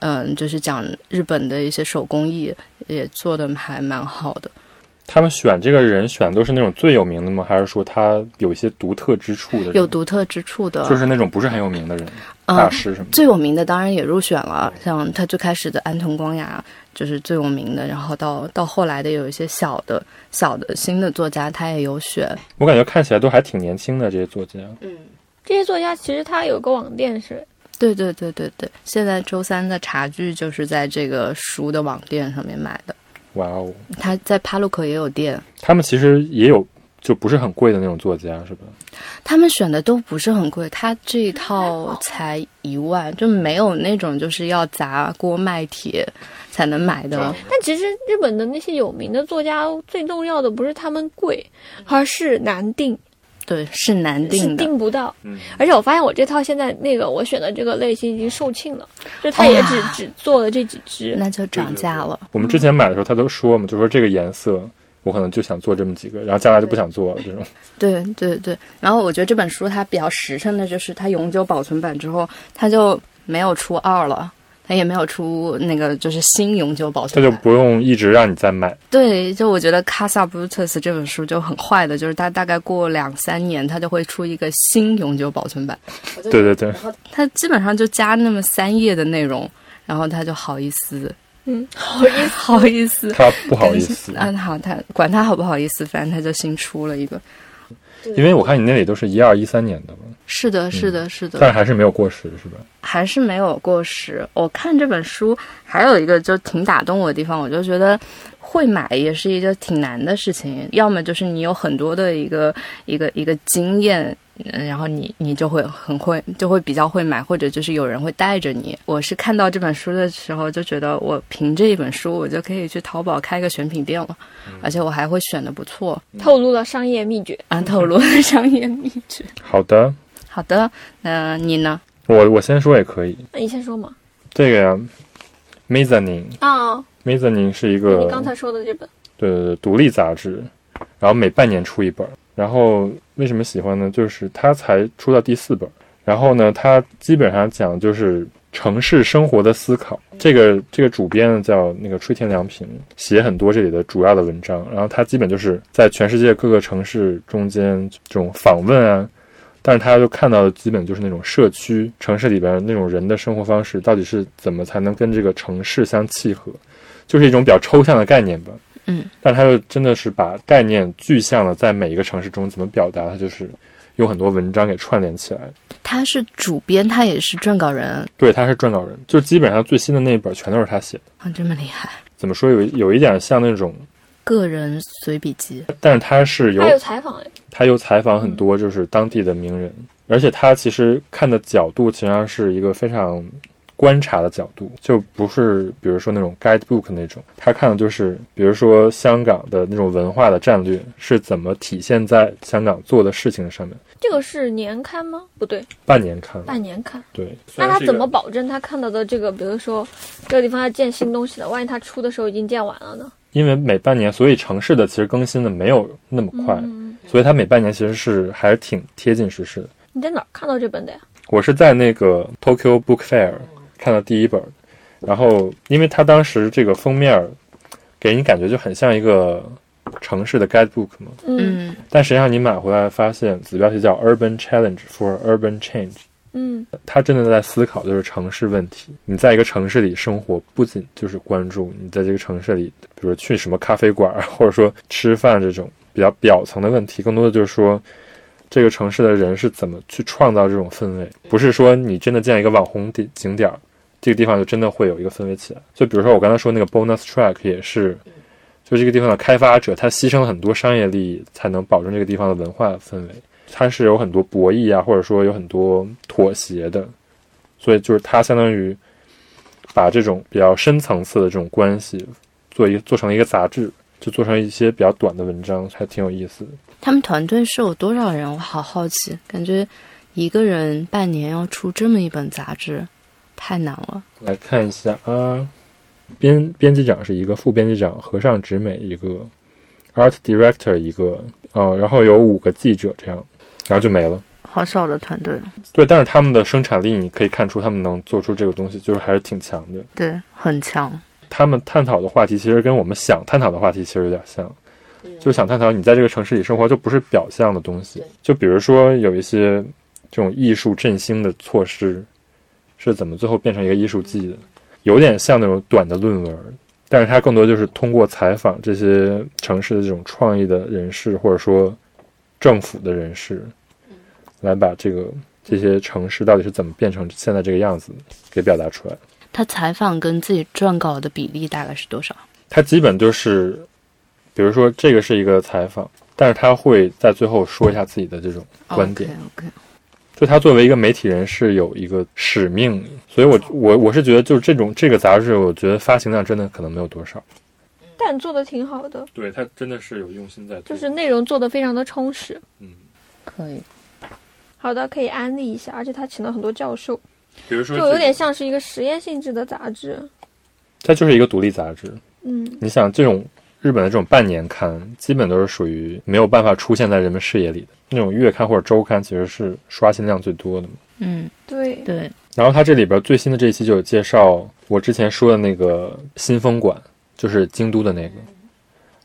S1: 嗯，就是讲日本的一些手工艺，也做的还蛮好的。
S5: 他们选这个人选的都是那种最有名的吗？还是说他有一些独特之处的人？
S1: 有独特之处的，
S5: 就是那种不是很有名的人，
S1: 嗯
S5: 大师什么的。
S1: 最有名的当然也入选了，像他最开始的安藤光雅就是最有名的，然后到到后来的有一些小的小的新的作家，他也有选。
S5: 我感觉看起来都还挺年轻的这些作家。
S4: 这些作家其实他有个网店是，
S1: 对对对对对，现在周三的茶具就是在这个书的网店上面买的，
S5: 哇哦，
S1: 他在帕洛克也有店。
S5: 他们其实也有就不是很贵的那种作家，是吧？
S1: 他们选的都不是很贵，他这一套才一万，就没有那种就是要砸锅卖铁才能买的。哦
S4: 但其实日本的那些有名的作家，最重要的不是他们贵，而是难定，
S1: 对，是难
S4: 是
S1: 定的。
S4: 定不到。
S5: 嗯，
S4: 而且我发现我这套现在那个我选的这个类型已经售罄了，就他也只、
S1: 哎呀
S4: 只做了这几支。
S1: 那就涨价了。
S5: 我们之前买的时候，他都说嘛，就说这个颜色，我可能就想做这么几个，然后将来就不想做了这种。
S1: 对对对，然后我觉得这本书它比较实诚的就是，它永久保存版之后，它就没有出二了，它也没有出那个就是新永久保
S5: 他
S1: 存
S5: 就
S1: 版。
S5: 不用一直让你再买。
S1: 对，就我觉得《卡萨布鲁特斯》这本书就很坏的，就是它大概过两三年，它就会出一个新永久保存版，
S5: 对对对，
S1: 它基本上就加那么三页的内容，然后它就好意思，
S4: 嗯，
S1: 好意思，好意思。
S5: 他不 好意思，
S4: 啊
S1: 嗯，好，他管他好不好意思，反正他就新出了一个。
S5: 因为我看你那里都是一二一三年的嘛，
S1: 是的，是的，是的。
S5: 但还是没有过时，是吧？
S1: 还是没有过时。我看这本书还有一个就挺打动我的地方，我就觉得会买也是一个挺难的事情，要么就是你有很多的一个一个一个经验。嗯然后你你就会很会，就会比较会买，或者就是有人会带着你。我是看到这本书的时候，就觉得我凭这一本书，我就可以去淘宝开个选品店了，而且我还会选的不错。
S4: 透露了商业秘诀。
S1: 安透罗的商业秘诀。
S5: 好的，
S1: 好的，那、你呢？
S5: 我我先说也可以。
S4: 那你先说嘛。
S5: 这个呀，Mezzanine，Mezzanine
S4: 啊、
S5: 是一
S4: 就
S5: 个
S4: 你刚才说的这本，
S5: 对对对独立杂志，然后每半年出一本儿。然后为什么喜欢呢？就是它才出到第四本儿，然后呢，它基本上讲就是城市生活的思考。这个这个主编呢叫那个吹田良平，写很多这里的主要的文章。然后他基本就是在全世界各个城市中间这种访问啊，但是他就看到的基本就是那种社区城市里边那种人的生活方式，到底是怎么才能跟这个城市相契合，就是一种比较抽象的概念吧。
S6: 嗯，
S5: 但是他就真的是把概念具象的在每一个城市中怎么表达，他就是用很多文章给串联起来。
S6: 他是主编，他也是撰稿人，
S5: 对，他是撰稿人，就基本上最新的那一本全都是他写的。
S6: 啊，这么厉害，
S5: 怎么说有有一点像那种，
S6: 个人随笔集，
S5: 但是他是有
S4: 还有采访哎，
S5: 他有采访很多就是当地的名人，而且他其实看的角度其实上是一个非常观察的角度，就不是比如说那种 guidebook 那种，他看的就是比如说香港的那种文化的战略是怎么体现在香港做的事情上面。
S4: 这个是年刊吗？不对，
S5: 半年看，
S4: 半年刊。
S5: 对，
S4: 那
S5: 算
S4: 他
S5: 是一个
S4: 怎么保证他看到的这个，比如说这个地方要建新东西了，万一他出的时候已经建完了呢？
S5: 因为每半年，所以城市的其实更新的没有那么快，
S4: 嗯，
S5: 所以它每半年其实是还是挺贴近时事的。
S4: 你在哪儿看到这本的呀？
S5: 我是在那个 Tokyo Book Fair 看到第一本，然后因为它当时这个封面儿给你感觉就很像一个城市的 guidebook 嘛，
S6: 嗯，
S5: 但实际上你买回来发现子标题叫 Urban Challenge for Urban Change，
S4: 嗯，
S5: 他真的在思考就是城市问题。你在一个城市里生活，不仅就是关注你在这个城市里，比如去什么咖啡馆儿，或者说吃饭这种比较表层的问题，更多的就是说。这个城市的人是怎么去创造这种氛围？不是说你真的建一个网红地景点儿，这个地方就真的会有一个氛围起来。就比如说我刚才说那个 bonus track 也是，就这个地方的开发者他牺牲了很多商业利益，才能保证这个地方的文化氛围。它是有很多博弈啊，或者说有很多妥协的，所以就是它相当于把这种比较深层次的这种关系做一做成了一个杂志，就做成一些比较短的文章，还挺有意思的。
S6: 他们团队是有多少人？我好好奇，感觉一个人半年要出这么一本杂志，太难了。
S5: 来看一下啊，编编辑长是一个，副编辑长和尚直美一个，art director 一个，哦，然后有五个记者这样，然后就没了。
S6: 好少的团队，
S5: 对，但是他们的生产力你可以看出，他们能做出这个东西，就是还是挺强的。
S6: 对，很强。
S5: 他们探讨的话题其实跟我们想探讨的话题其实有点像，就想探讨你在这个城市里生活，就不是表象的东西。就比如说有一些这种艺术振兴的措施，是怎么最后变成一个艺术季的，有点像那种短的论文，但是它更多就是通过采访这些城市的这种创意的人士，或者说政府的人士，来把这个这些城市到底是怎么变成现在这个样子的给表达出来。
S6: 他采访跟自己撰稿的比例大概是多少？
S5: 他基本就是，比如说这个是一个采访，但是他会在最后说一下自己的这种
S4: 哦
S5: 观点。
S6: OK，,
S5: 就他作为一个媒体人是有一个使命，所以我我我是觉得就是这种这个杂志，我觉得发行量真的可能没有多少。
S4: 但做的挺好的，
S5: 对他真的是有用心在做
S4: 就是内容做的非常的充实。
S5: 嗯，
S6: 可以。
S4: 好的，可以安利一下，而且他请了很多教授，
S5: 比如说
S4: 就有点像是一个实验性质的杂志。
S5: 它就是一个独立杂志。
S4: 嗯，
S5: 你想这种日本的这种半年刊，基本都是属于没有办法出现在人们视野里的那种月刊或者周刊，其实是刷新量最多的嘛。
S6: 嗯，
S4: 对，
S6: 对，
S5: 然后它这里边最新的这一期就有介绍我之前说的那个新风馆，就是京都的那个，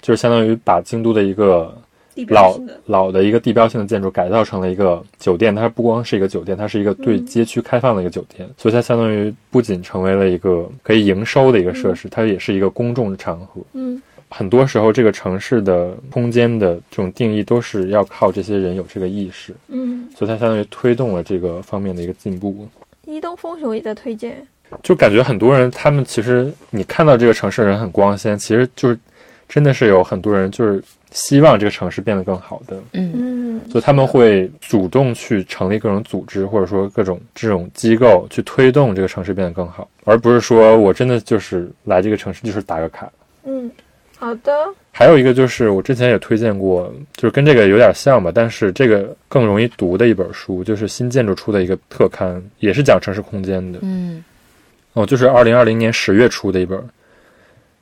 S5: 就是相当于把京都的一个
S4: 地标
S5: 老
S4: 性的，
S5: 老的一个地标性的建筑改造成了一个酒店。它不光是一个酒店，它是一个对街区开放的一个酒店，所以它相当于不仅成为了一个可以营收的一个设施，它也是一个公众场合。
S4: 嗯，
S5: 很多时候，这个城市的空间的这种定义都是要靠这些人有这个意识，
S4: 嗯，
S5: 所以它相当于推动了这个方面的一个进步。
S4: 伊东丰雄也在推荐。
S5: 就感觉很多人，他们其实你看到这个城市的人很光鲜，其实就是真的是有很多人就是希望这个城市变得更好的，
S6: 嗯，
S4: 嗯，
S5: 所以他们会主动去成立各种组织，或者说各种这种机构去推动这个城市变得更好，而不是说我真的就是来这个城市就是打个卡。
S4: 嗯，好的，
S5: 还有一个就是我之前也推荐过，就是跟这个有点像吧，但是这个更容易读的一本书，就是新建筑出的一个特刊，也是讲城市空间的。
S6: 嗯，
S5: 哦，就是二零二零年十月出的一本，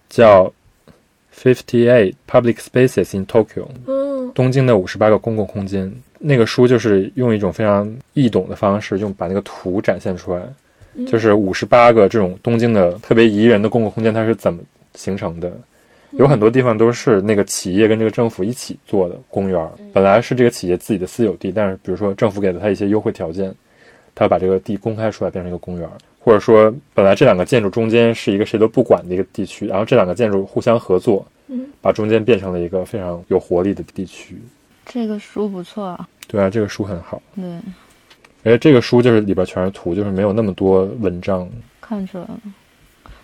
S5: 叫《Fifty Eight Public Spaces in Tokyo》
S4: 嗯，
S5: 东京的五十八个公共空间。那个书就是用一种非常易懂的方式，用把那个图展现出来，
S4: 嗯
S5: 就是五十八个这种东京的特别宜人的公共空间，它是怎么形成的，有很多地方都是那个企业跟这个政府一起做的公园儿，本来是这个企业自己的私有地，但是比如说政府给了他一些优惠条件，他把这个地公开出来变成一个公园儿，或者说本来这两个建筑中间是一个谁都不管的一个地区，然后这两个建筑互相合作
S4: 嗯，
S5: 把中间变成了一个非常有活力的地区。
S1: 这个书不错啊，
S5: 对啊，这个书很好，
S1: 对，
S5: 而且这个书就是里边全是图，就是没有那么多文章。
S1: 看出来了，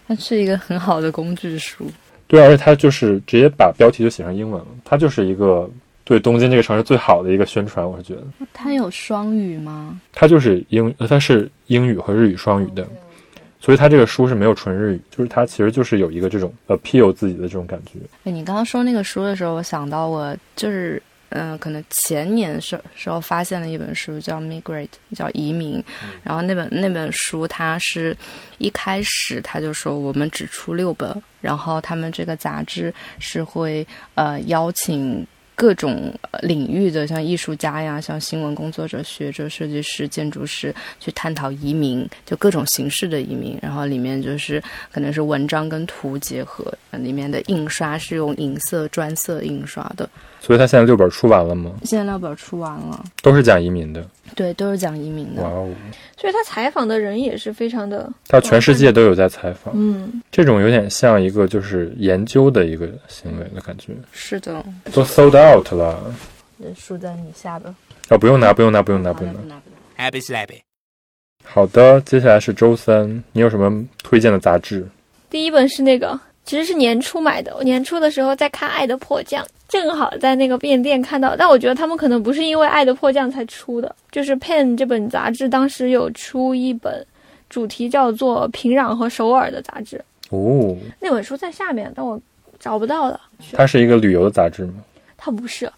S1: 它是一个很好的工具书。
S5: 对啊，而且它就是直接把标题就写成英文了，它就是一个对东京这个城市最好的一个宣传，我是觉得。
S1: 它有双语吗？
S5: 它就是英，呃它是英语和日语双语的，所以它这个书是没有纯日语，就是它其实就是有一个这种 appeal 自己的这种感觉。
S1: 哎你刚刚说那个书的时候，我想到我就是，嗯、可能前年时时候发现了一本书叫《Migrate》，叫移民。然后那本那本书，它是一开始他就说我们只出六本，然后他们这个杂志是会呃邀请。各种呃领域的，像艺术家呀，像新闻工作者、学者、设计师、建筑师，去探讨移民，就各种形式的移民。然后里面就是可能是文章跟图结合，呃里面的印刷是用银色专色印刷的。
S5: 所以它现在六本出完了吗？
S1: 现在那本出完了，
S5: 都是讲移民的，
S1: 对，都是讲移民
S5: 哇
S1: 的。
S5: 哦！
S4: 所以他采访的人也是非常的，
S5: 它全世界都有在采访，
S4: 嗯，
S5: 这种有点像一个就是研究的一个行为的感觉，
S1: 是的，
S5: 都 sold out 了
S6: 书在你下的，
S5: 啊！不用拿，不用拿，不用拿，不用拿。
S1: 拿。
S2: Happy slappy.
S5: 好的，接下来是周三，你有什么推荐的杂志？
S4: 第一本是那个，其实是年初买的，我年初的时候在看《爱的迫降》，正好在那个便利店看到，但我觉得他们可能不是因为《爱的迫降》才出的，就是《Pen》这本杂志当时有出一本主题叫做《平壤和首尔》的杂志，
S5: 哦，
S4: 那本书在下面，但我找不到了。
S5: 它是一个旅游的杂志吗？
S4: 它不是，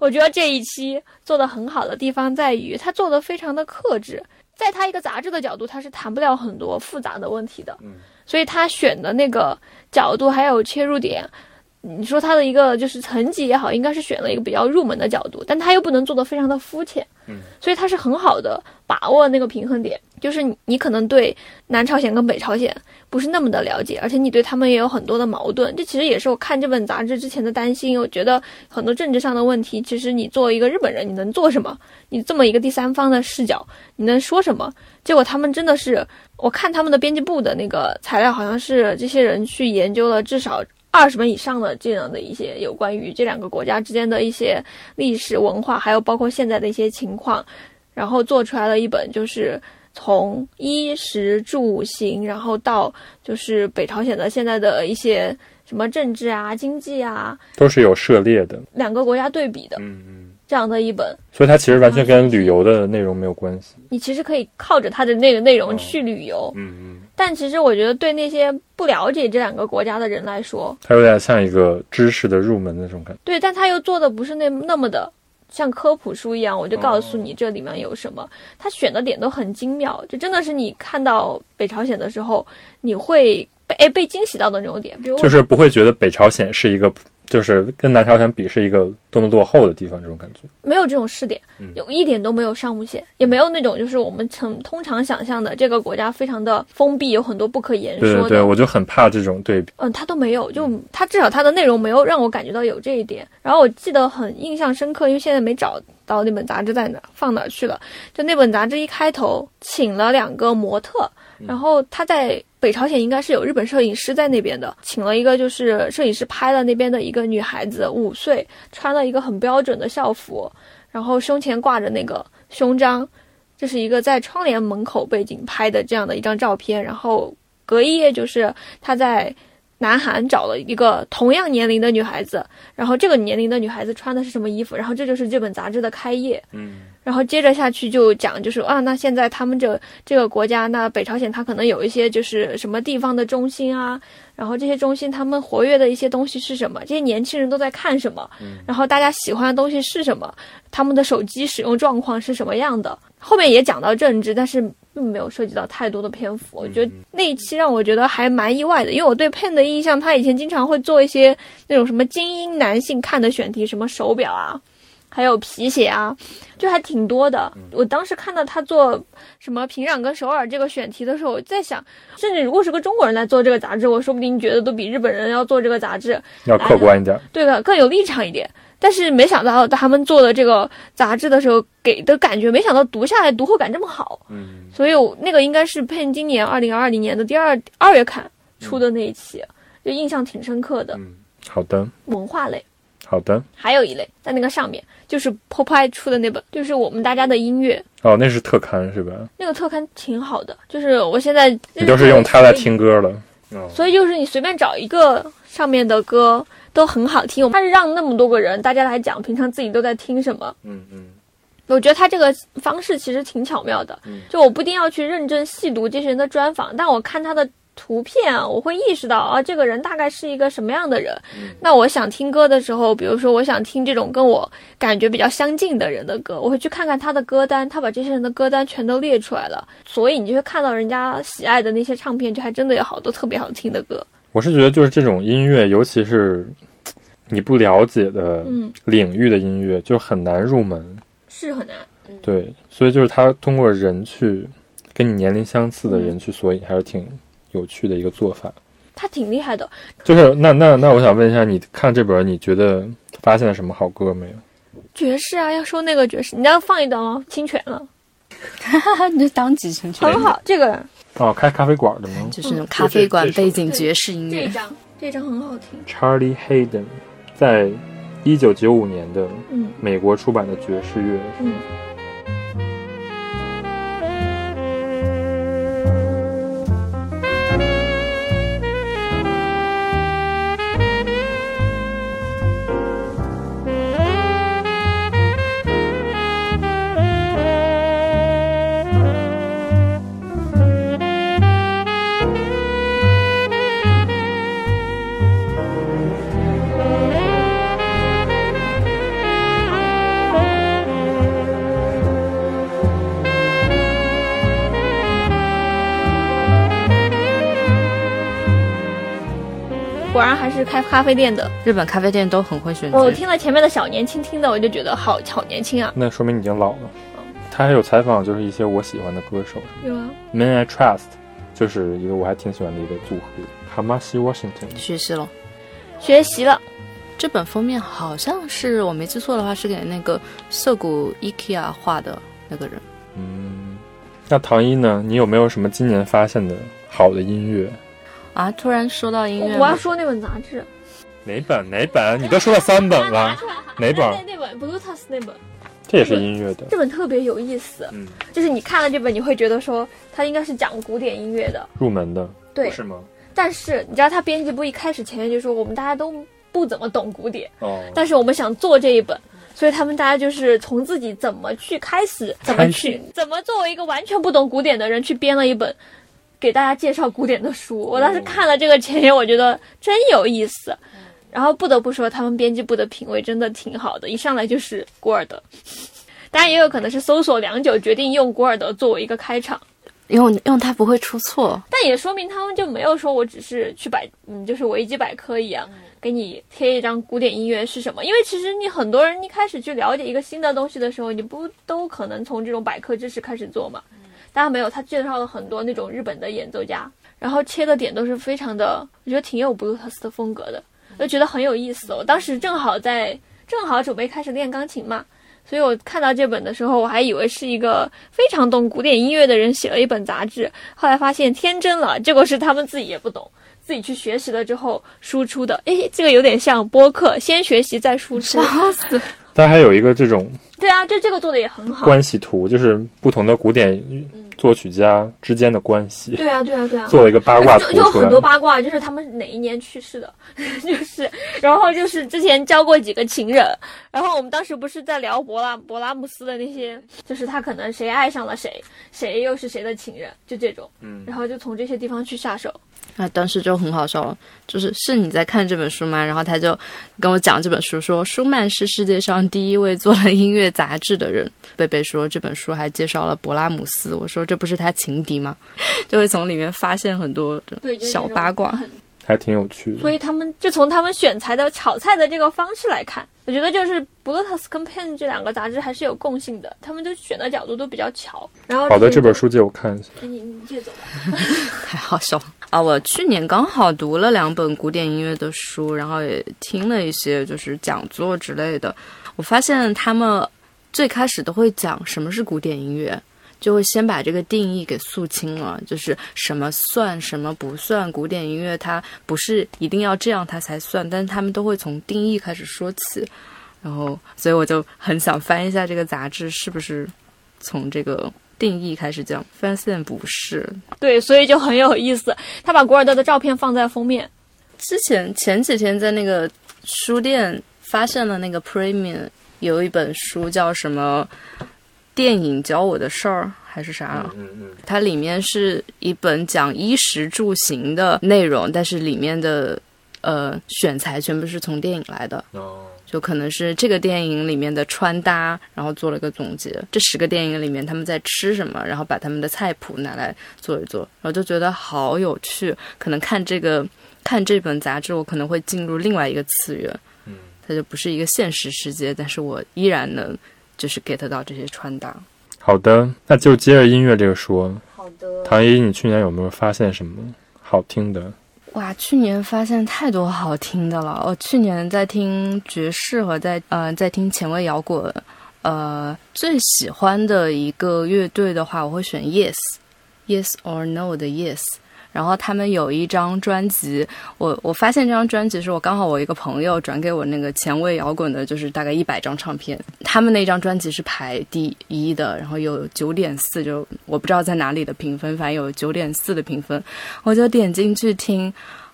S4: 我觉得这一期做的很好的地方在于，它做的非常的克制，在它一个杂志的角度，它是谈不了很多复杂的问题的，所以它选的那个角度还有切入点，你说它的一个就是层级也好，应该是选了一个比较入门的角度，但它又不能做的非常的肤浅，所以它是很好的把握那个平衡点，就是你你可能对南朝鲜跟北朝鲜不是那么的了解，而且你对他们也有很多的矛盾，这其实也是我看这本杂志之前的担心，我觉得。很多政治上的问题，其实你作为一个日本人，你能做什么？你这么一个第三方的视角，你能说什么？结果他们真的是，我看他们的编辑部的那个材料，好像是这些人去研究了至少二十本以上的这样的一些有关于这两个国家之间的一些历史文化，还有包括现在的一些情况，然后做出来了一本就是。从衣食住行，然后到就是北朝鲜的现在的一些什么政治啊、经济啊，
S5: 都是有涉猎的，
S4: 两个国家对比的，
S5: 嗯嗯，
S4: 这样的一本，
S5: 所以它其实完全跟旅游的内容没有关系，
S4: 你其实可以靠着它的那个内容
S5: 嗯
S4: 去旅游。
S5: 嗯嗯，
S4: 但其实我觉得对那些不了解这两个国家的人来说，
S5: 它有点像一个知识的入门的那种感觉。
S4: 对，但他又做的不是那那么的像科普书一样，我就告诉
S5: 哦
S4: 你这里面有什么。他选的点都很精妙，就真的是你看到北朝鲜的时候，你会被哎被惊喜到的那种点。比如我
S5: 就是不会觉得北朝鲜是一个，就是跟南朝鲜比是一个多么落后的地方这种感觉。
S4: 没有这种试点，
S5: 嗯
S4: 有一点都没有上目线，也没有那种就是我们常通常想象的这个国家非常的封闭，有很多不可言
S5: 对对
S4: 说的。
S5: 对，我就很怕这种对比。
S4: 嗯，他都没有，就他至少他的内容没有让我感觉到有这一点。然后我记得很印象深刻，因为现在没找到那本杂志在哪儿放哪儿去了。就那本杂志一开头请了两个模特，然后他在北朝鲜应该是有日本摄影师在那边的，请了一个就是摄影师拍了那边的一个女孩子，五岁，穿了一个很标准的校服，然后胸前挂着那个胸章。这是一个在窗帘门口背景拍的这样的一张照片，然后隔一页就是他在南韩找了一个同样年龄的女孩子，然后这个年龄的女孩子穿的是什么衣服，然后这就是这本杂志的开页。
S5: 嗯，
S4: 然后接着下去就讲，就是啊，那现在他们这这个国家，那北朝鲜它可能有一些就是什么地方的中心啊，然后这些中心他们活跃的一些东西是什么，这些年轻人都在看什么，然后大家喜欢的东西是什么，他们的手机使用状况是什么样的。后面也讲到政治，但是并没有涉及到太多的篇幅。我觉得那一期让我觉得还蛮意外的，因为我对 Pen 的印象，他以前经常会做一些那种什么精英男性看的选题，什么手表啊，还有皮鞋啊，就还挺多的。我当时看到他做什么平壤跟首尔这个选题的时候，我在想，甚至如果是个中国人来做这个杂志，我说不定觉得都比日本人要做这个杂志
S5: 要客观一点。
S4: 对的更有立场一点。但是没想到他们做的这个杂志的时候给的感觉，没想到读下来读后感这么好，
S5: 嗯，
S4: 所以我那个应该是配今年二零二零年的第二二月刊出的那一期，就印象挺深刻的。
S5: 嗯好的，
S4: 文化类
S5: 好的。
S4: 还有一类在那个上面，就是 Popeye 出的那本，就是我们大家的音乐
S5: 哦，那是特刊是吧？
S4: 那个特刊挺好的，就是我现在
S5: 你都是用它来听歌了。哦，
S4: 所以就是你随便找一个上面的歌都很好听，它是让那么多个人大家来讲平常自己都在听什么。
S5: 嗯嗯
S4: 我觉得他这个方式其实挺巧妙的
S5: 嗯，
S4: 就我不一定要去认真细读这些人的专访，但我看他的图片，我会意识到啊，这个人大概是一个什么样的人。那我想听歌的时候，比如说我想听这种跟我感觉比较相近的人的歌，我会去看看他的歌单，他把这些人的歌单全都列出来了，所以你就会看到人家喜爱的那些唱片，就还真的有好多特别好听的歌。
S5: 我是觉得就是这种音乐，尤其是你不了解的
S4: 嗯，
S5: 领域的音乐，就很难入门。
S4: 是很难。
S5: 对，所以就是它通过人去跟你年龄相似的人去索引，还是挺有趣的一个做法。
S4: 他挺厉害的，
S5: 就是那那那，我想问一下，你看这本，你觉得发现了什么好歌没有？
S4: 爵士啊，要说那个爵士，你要放一段吗？侵权了，
S1: 你就当几成全
S4: 很好，这个
S5: 哦，开咖啡馆的吗
S1: 就是那种咖啡馆背景爵士音
S4: 这一
S1: 乐，
S4: 张，这一张很好听。
S5: ？Charlie Hayden 在一九九五年的
S4: 嗯
S5: 美国出版的爵士乐，
S4: 嗯，嗯果然还是开咖啡店的。
S1: 日本咖啡店都很会选
S4: 我
S1: 爵士。
S4: 听了前面的小年轻听的，我就觉得好好年轻啊。
S5: 那说明你已经老了。他还有采访，就是一些我喜欢的歌手
S4: 有啊，
S5: ，Men I Trust，就是一个我还挺喜欢的一个组合，Hamashi Washington。
S1: 学习了，
S4: 学习了。
S1: 这本封面好像是我没记错的话，是给那个涩谷 IKEA 画的那个人。
S5: 嗯，那唐一呢？你有没有什么今年发现的好的音乐？
S1: 啊！突然说到音
S4: 我
S1: 乐，
S4: 我要说那本杂志，
S5: 哪本哪本？你都说了三本 了，哪
S4: 那
S5: 本？
S4: 那本 Bluetooth 那本，
S5: 这也是音乐的。
S4: 这本特别有意思。
S5: 嗯，
S4: 就是你看了这本，你会觉得说它应该是讲古典音乐的，
S5: 入门的，
S4: 对。
S5: 是吗？
S4: 但是你知道，它编辑部一开始前面就说我们大家都不怎么懂古典，
S5: 哦，
S4: 但是我们想做这一本。所以他们大家就是从自己怎么去开始，怎么去，怎么作为一个完全不懂古典的人去编了一本给大家介绍古典的书。我当时看了这个前言，我觉得真有意思。然后不得不说，他们编辑部的品味真的挺好的，一上来就是古尔德。 当然也有可能是搜索良久，决定用古尔德作为一个开场，
S1: 用用它不会出错。
S4: 但也说明他们就没有说我只是去百，嗯，就是维基百科一样，给你贴一张古典音乐是什么。因为其实你很多人一开始去了解一个新的东西的时候，你不都可能从这种百科知识开始做嘛？但他没有，他介绍了很多那种日本的演奏家，然后切的点都是非常的，我觉得挺有布鲁特斯的风格的，我就觉得很有意思。我哦当时正好在正好准备开始练钢琴嘛，所以我看到这本的时候，我还以为是一个非常懂古典音乐的人写了一本杂志，后来发现天真了，结果是他们自己也不懂，自己去学习了之后输出的。诶，这个有点像播客，先学习再输出。
S5: 它还有一个这种
S4: 对啊，就这个做的也很好。
S5: 关系图，就是不同的古典作曲家之间的关系，
S4: 嗯对啊，对啊，对啊。
S5: 做了一个八卦图
S4: 就就
S5: 出
S4: 很
S5: 来。
S4: 多八卦，就是他们哪一年去世的， 就是，然后就是之前交过几个情人，然后我们当时不是在聊勃拉勃拉姆斯的那些，就是他可能谁爱上了谁，谁又是谁的情人，就这种，
S5: 嗯
S4: 然后就从这些地方去下手。
S1: 啊，当时就很好笑了，就是是你在看这本书吗？然后他就跟我讲这本书说，舒曼是世界上第一位做了音乐杂志的人。贝贝说这本书还介绍了勃拉姆 斯，我说这不是他情敌吗？就会从里面发现很多
S4: 对就是这
S1: 小
S4: 种
S1: 八卦。
S5: 还挺有趣的。
S4: 所以他们就从他们选材的炒菜的这个方式来看，我觉得就是《Blotus》跟《Pen》这两个杂志还是有共性的，他们都选的角度都比较巧。然后哎
S5: 好的，这本书借我看一下。
S4: 你你借走吧。
S1: 太好 笑了啊！我去年刚好读了两本古典音乐的书，然后也听了一些就是讲座之类的。我发现他们最开始都会讲什么是古典音乐，就会先把这个定义给肃清了，就是什么算什么不算古典音乐，它不是一定要这样它才算，但是他们都会从定义开始说起。然后，所以我就很想翻一下这个杂志，是不是从这个定义开始讲？发现不是，
S4: 对，所以就很有意思。他把古尔德的照片放在封面，
S1: 之前前几天在那个书店发现了那个 Premium 有一本书叫什么“电影教我的事儿”还是啥，
S5: 嗯嗯，
S1: 它里面是一本讲衣食住行的内容，但是里面的呃选材全部是从电影来的，
S5: 哦，
S1: 就可能是这个电影里面的穿搭，然后做了一个总结。这十个电影里面他们在吃什么，然后把他们的菜谱拿来做一做，然后就觉得好有趣。可能看这个看这本杂志，我可能会进入另外一个次元，
S5: 嗯，
S1: 它就不是一个现实世界，但是我依然能就是 get 到这些穿搭。
S5: 好的，那就接着音乐这个说。
S6: 好的
S5: 唐一，你去年有没有发现什么好听的？
S1: 哇，去年发现太多好听的了。我去年在听爵士和在呃在听前卫摇滚，呃，最喜欢的一个乐队的话，我会选 Yes，Yes or No 的 Yes。然后他们有一张专辑，我我发现这张专辑是我刚好我一个朋友转给我那个前卫摇滚的，就是大概一百张唱片，他们那张专辑是排第一的，然后有九点四，就我不知道在哪里的评分，反正有九点四的评分，我就点进去听，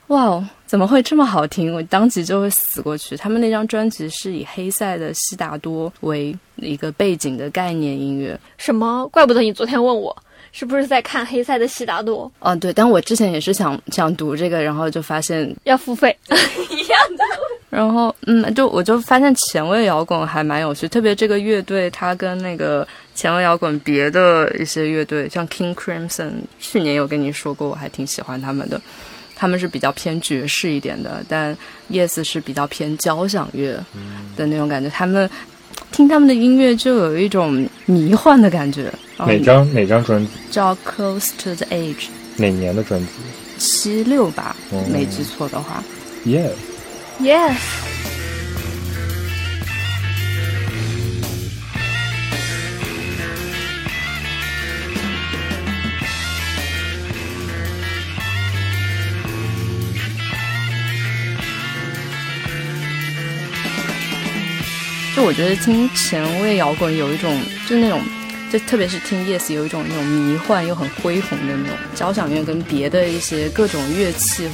S1: 哇哦，怎么会这么好听？我当即就会死过去。他们那张专辑是以黑塞的《悉达多》为一个背景的概念音乐，
S4: 什么？怪不得你昨天问我是不是在看黑塞的《悉达多》，
S1: 哦，对，但我之前也是想想读这个，然后就发现
S4: 要付费 一样的。
S1: 然后，嗯，就我就发现前卫摇滚还蛮有趣，特别这个乐队，它跟那个前卫摇滚别的一些乐队，像 King Crimson，去年有跟你说过，我还挺喜欢他们的。他们是比较偏爵士一点的，但 Yes 是比较偏交响乐的那种感觉。他们听他们的音乐就有一种迷幻的感觉。哦然后
S5: 哪张哪张专辑？
S1: 叫 Close to the Edge，
S5: 哪年的专辑
S1: 七六吧
S5: 哦，
S1: 没记错的话。
S5: ？Yes。
S4: Yes，
S1: 就我觉得听前卫摇滚有一种，就是那种，就特别是听 Yes 有一种那种迷幻又很恢宏的那种交响乐跟别的一些各种乐器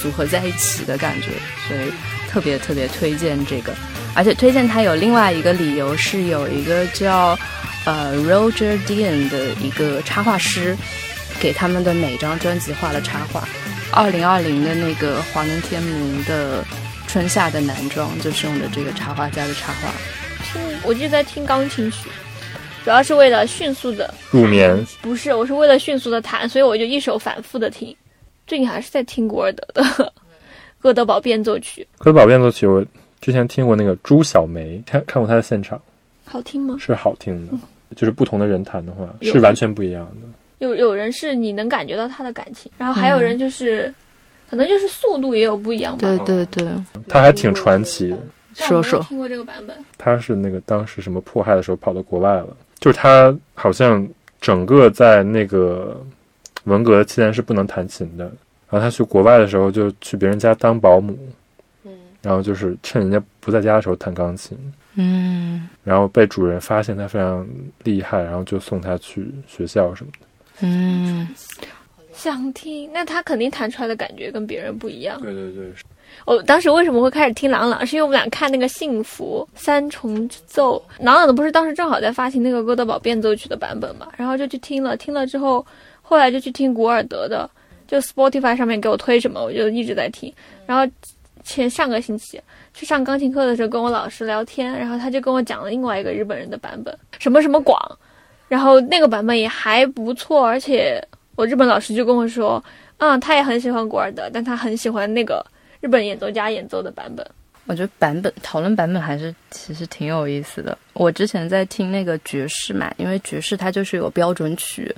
S1: 组合在一起的感觉，所以特别特别推荐这个。而且推荐它有另外一个理由是有一个叫呃 Roger Dean 的一个插画师，给他们的每张专辑画了插画。二零二零的那个华伦天奴的春夏的男装就是用的这个插画家的插画。
S4: 听我就在听钢琴曲，主要是为了迅速的，
S5: 入眠，
S4: 不是，我是为了迅速的弹，所以我就一首反复的听。最近还是在听古尔德的 《哥德堡变奏曲
S5: 哥德堡变奏曲，我之前听过那个朱小梅，看看过她的现场，》，
S4: 好听吗？
S5: 是好听的，就是不同的人弹的话
S4: 有
S5: 是完全不一样的。
S4: 有有人是你能感觉到他的感情，然后还有人就是，可能就是速度也有不一样吧。
S1: 对对对，
S5: 她还挺传奇的，
S4: 但
S1: 说
S4: 我没有
S1: 说
S4: 听过这个版本，
S5: 她是那个当时什么迫害的时候跑到国外了，就是她好像整个在那个文革期间是不能弹琴的，然后她去国外的时候就去别人家当保姆，然后就是趁人家不在家的时候弹钢琴，
S1: 嗯
S5: 然后被主人发现她非常厉害，然后就送她去学校什么的。
S1: 嗯，
S4: 想听，那他肯定弹出来的感觉跟别人不一样。
S5: 对对对，
S4: 我当时为什么会开始听郎朗，是因为我们俩看那个《幸福三重奏》，郎朗的不是当时正好在发行那个哥德堡变奏曲的版本嘛，然后就去听了，听了之后，后来就去听古尔德的，就 Spotify 上面给我推什么，我就一直在听。然后前上个星期去上钢琴课的时候，跟我老师聊天，然后他就跟我讲了另外一个日本人的版本，什么什么广，然后那个版本也还不错，而且我日本老师就跟我说，嗯，他也很喜欢古尔德，但他很喜欢那个日本演奏家演奏的版本。
S1: 我觉得版本讨论版本还是其实挺有意思的。我之前在听那个爵士嘛，因为爵士它就是有标准曲，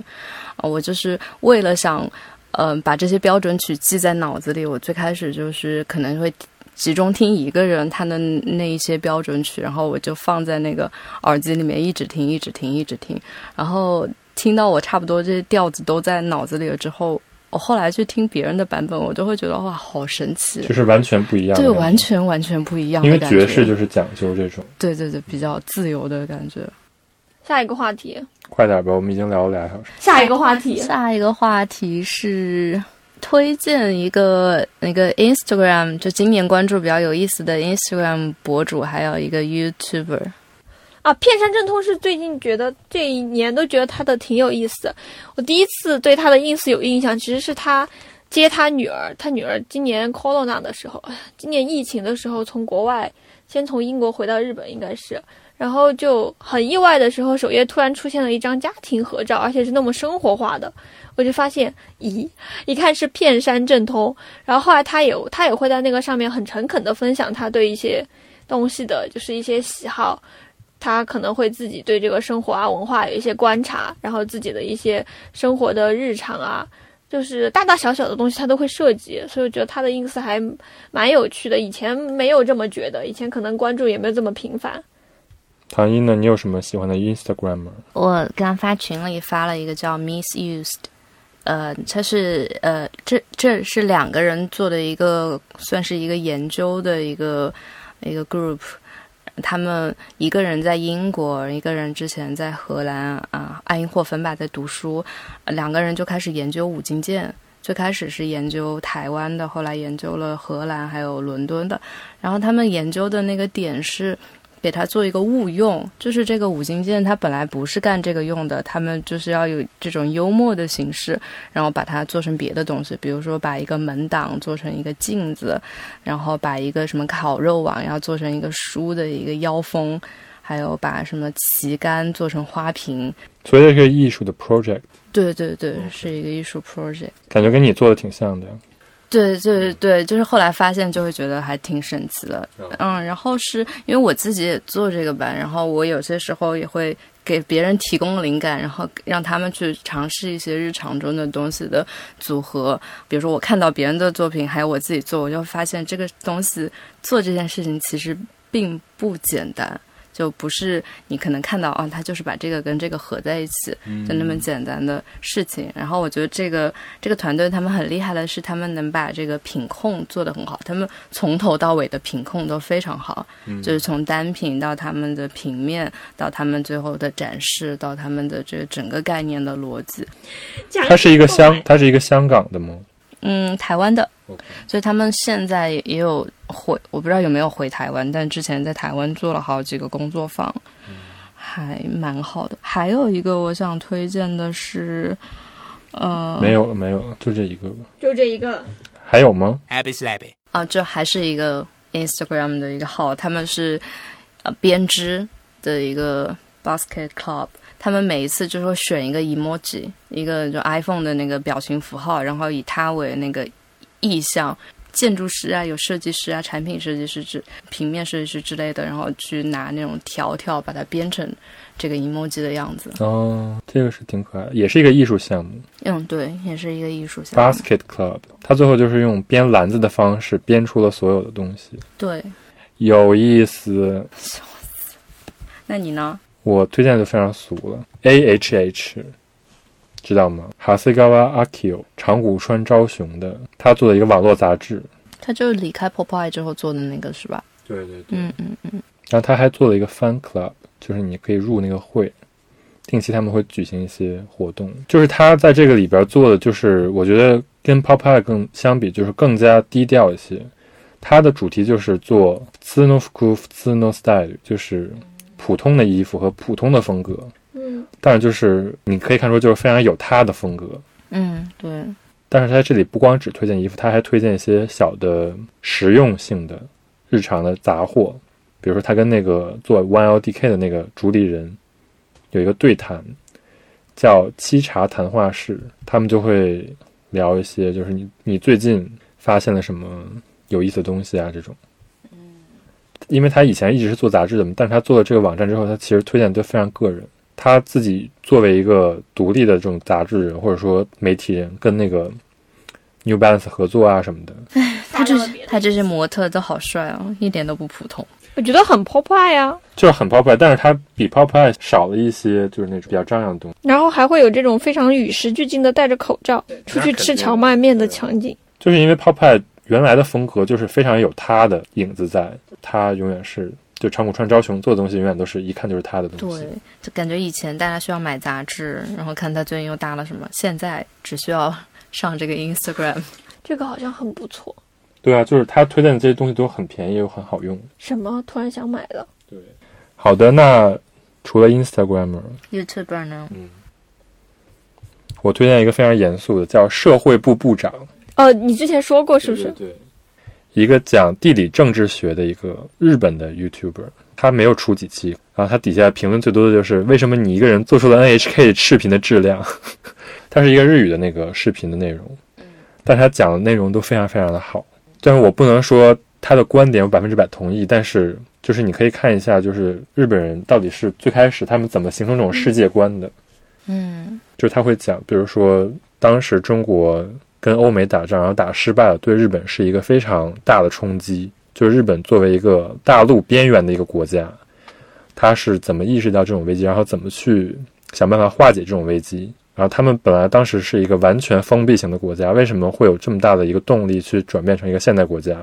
S1: 呃我就是为了想，嗯、把这些标准曲记在脑子里。我最开始就是可能会集中听一个人他的那一些标准曲，然后我就放在那个耳机里面一直听，一直听，一直听，然后听到我差不多这些调子都在脑子里了之后。我后来去听别人的版本，我就会觉得哇，好神奇！啊
S5: 就是完全不一样的
S1: 对，
S5: 感觉。
S1: 完全完全不一样
S5: 因
S1: 的
S5: 为
S1: 感觉。
S5: 爵士就是讲究这种。
S1: 对对对，比较自由的感觉。
S4: 下一个话题，
S5: 快点吧，我们已经聊了俩小时。
S4: 下一个话题，
S1: 下一个话题是推荐一个那个 Instagram，就今年关注比较有意思的 Instagram 博主，还有一个 YouTuber。
S4: 啊，片山正通是最近觉得这一年都觉得他的挺有意思的。我第一次对他的 ins 有印象，其实是他接他女儿，他女儿今年 corona 的时候，哎呀今年疫情的时候从国外先从英国回到日本，应该是，然后就很意外的时候，首页突然出现了一张家庭合照，而且是那么生活化的，我就发现，咦，一看是片山正通。然后后来他也他也会在那个上面很诚恳的分享他对一些东西的，就是一些喜好。他可能会自己对这个生活啊、文化有一些观察，然后自己的一些生活的日常啊，就是大大小小的东西他都会涉及，所以我觉得他的 ins 还蛮有趣的。以前没有这么觉得，以前可能关注也没有这么频繁。
S5: 唐一呢，你有什么喜欢的 Instagram 吗？
S1: 我刚发群里发了一个叫 Misused，呃，它是呃，这这是两个人做的一个算是一个研究的一个一个 group，他们一个人在英国，一个人之前在荷兰啊、爱因霍芬吧在读书，呃两个人就开始研究五金件。最开始是研究台湾的，后来研究了荷兰还有伦敦的，然后他们研究的那个点是，给它做一个误用，就是这个五金件它本来不是干这个用的，他们就是要有这种幽默的形式，然后把它做成别的东西，比如说把一个门挡做成一个镜子，然后把一个什么烤肉网要做成一个书的一个腰封，还有把什么旗杆做成花瓶，
S5: 所以这是个艺术的 project，
S1: 对对对，是一个艺术 project。
S5: 感觉跟你做的挺像的。
S1: 对对对，就是后来发现就会觉得还挺神奇的，嗯，然后是因为我自己也做这个版，然后我有些时候也会给别人提供灵感，然后让他们去尝试一些日常中的东西的组合，比如说我看到别人的作品，还有我自己做，我就发现这个东西做这件事情其实并不简单。就不是你可能看到啊，他就是把这个跟这个合在一起，就
S5: 嗯
S1: 那么简单的事情。然后我觉得这个这个团队他们很厉害的是，他们能把这个品控做得很好，他们从头到尾的品控都非常好，
S5: 嗯
S1: 就是从单品到他们的平面，到他们最后的展示，到他们的这个整个概念的逻辑，
S5: 它是一个香，
S4: 哦
S5: 它是一个香港的吗？
S1: 嗯，台湾的
S5: OK，
S1: 所以他们现在也有回，我不知道有没有回台湾，但之前在台湾做了好几个工作坊，
S5: 嗯
S1: 还蛮好的。还有一个我想推荐的是，呃，
S5: 没有了，没有了，就这一个吧。
S4: 就这一个，
S5: 还有吗？
S2: Abby Slabby.
S1: 啊，这还是一个 Instagram 的一个号，他们是呃编织的一个 Basket Club，他们每一次就说选一个 emoji，一个就 iPhone 的那个表情符号，然后以它为那个意象。建筑师啊，有设计师啊，产品设计师之平面设计师之类的，然后去拿那种条条把它编成这个 emoji 的样子。
S5: 哦，这个是挺可爱的，也是一个艺术项目。
S1: 嗯，对，也是一个艺术项目。
S5: Basket Club，它最后就是用编篮子的方式编出了所有的东西，
S1: 对，
S5: 有意思。
S1: 那你呢？
S5: 我推荐就非常俗了，A H H，知道吗？哈斯高瓦 Akio 长谷川昭雄的，他做的一个网络杂志。
S1: 他就是离开 Popeye 之后做的那个是吧？
S5: 对对对。
S1: 嗯嗯。
S5: 然后他还做了一个 Fan Club，就是你可以入那个会，定期他们会举行一些活动。就是他在这个里边做的，就是我觉得跟 Popeye 更相比，就是更加低调一些。它的主题就是做 z e n o f k u f z e n o style，就是普通的衣服和普通的风格。
S4: 嗯，
S5: 但是就是你可以看出，就是非常有他的风格。
S1: 嗯，对，
S5: 但是他这里不光只推荐衣服，他还推荐一些小的实用性的日常的杂货，比如说他跟那个做 One LDK 的那个主理人有一个对谈，叫沏茶谈话室，他们就会聊一些，就是你你最近发现了什么有意思的东西啊这种。因为他以前一直是做杂志的嘛，但是他做了这个网站之后，他其实推荐都非常个人。他自己作为一个独立的这种杂志人或者说媒体人，跟那个 New Balance 合作啊什么的，
S1: 他这他这些模特都好帅哦，一点都不普通。
S4: 我觉得很 pop i 啊，
S5: 就是很 pop i 但是它比 pop i 少了一些，就是那种比较张扬的东西。
S4: 然后还会有这种非常与时俱进的戴着口罩出去吃荞麦面的场景。
S5: 就是因为 pop i 原来的风格就是非常有他的影子在，他永远是就长谷川昭雄做的东西，永远都是一看就是他的东西
S1: 对。，就感觉以前大家需要买杂志，然后看他最近又搭了什么，现在只需要上这个 Instagram。
S4: 这个好像很不错。
S5: 对啊，就是他推荐的这些东西都很便宜又很好用。
S4: 什么？突然想买了。
S5: 好的，那除了 Instagram，
S1: YouTuber 呢？
S5: 我推荐一个非常严肃的，叫社会部部长，
S4: 呃，你之前说过是不是？
S5: 对一个讲地理政治学的一个日本的 YouTuber，他没有出几期，然后他底下评论最多的就是为什么你一个人做出了 NHK 视频的质量， 它是一个日语的那个视频的内容，
S4: 嗯
S5: 但是他讲的内容都非常非常的好，但是我不能说他的观点我百分之百同意，但是就是你可以看一下，就是日本人到底是最开始他们怎么形成这种世界观的，
S1: 嗯，
S5: 就是他会讲，比如说当时中国跟欧美打仗，然后打失败了，对日本是一个非常大的冲击。就是日本作为一个大陆边缘的一个国家，他是怎么意识到这种危机，然后怎么去想办法化解这种危机。然后他们本来当时是一个完全封闭型的国家，为什么会有这么大的一个动力去转变成一个现代国家？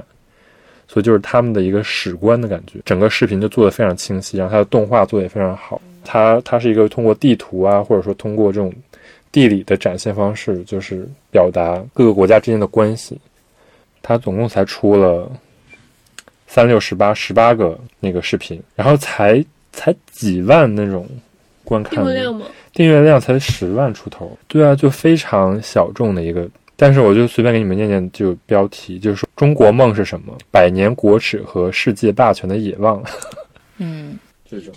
S5: 所以就是他们的一个史观的感觉。整个视频就做得非常清晰，然后它的动画做得也非常好。它它是一个通过地图啊，或者说通过这种地理的展现方式，就是表达各个国家之间的关系。它总共才出了三六十八十八个那个视频，然后才才几万那种观看
S4: 订
S5: 的
S4: 阅量吗？
S5: 订阅量才十万出头，对啊，就非常小众的一个。但是我就随便给你们念念，就标题，就是说中国梦是什么？百年国耻和世界霸权的野望。
S1: 嗯，
S5: 这种，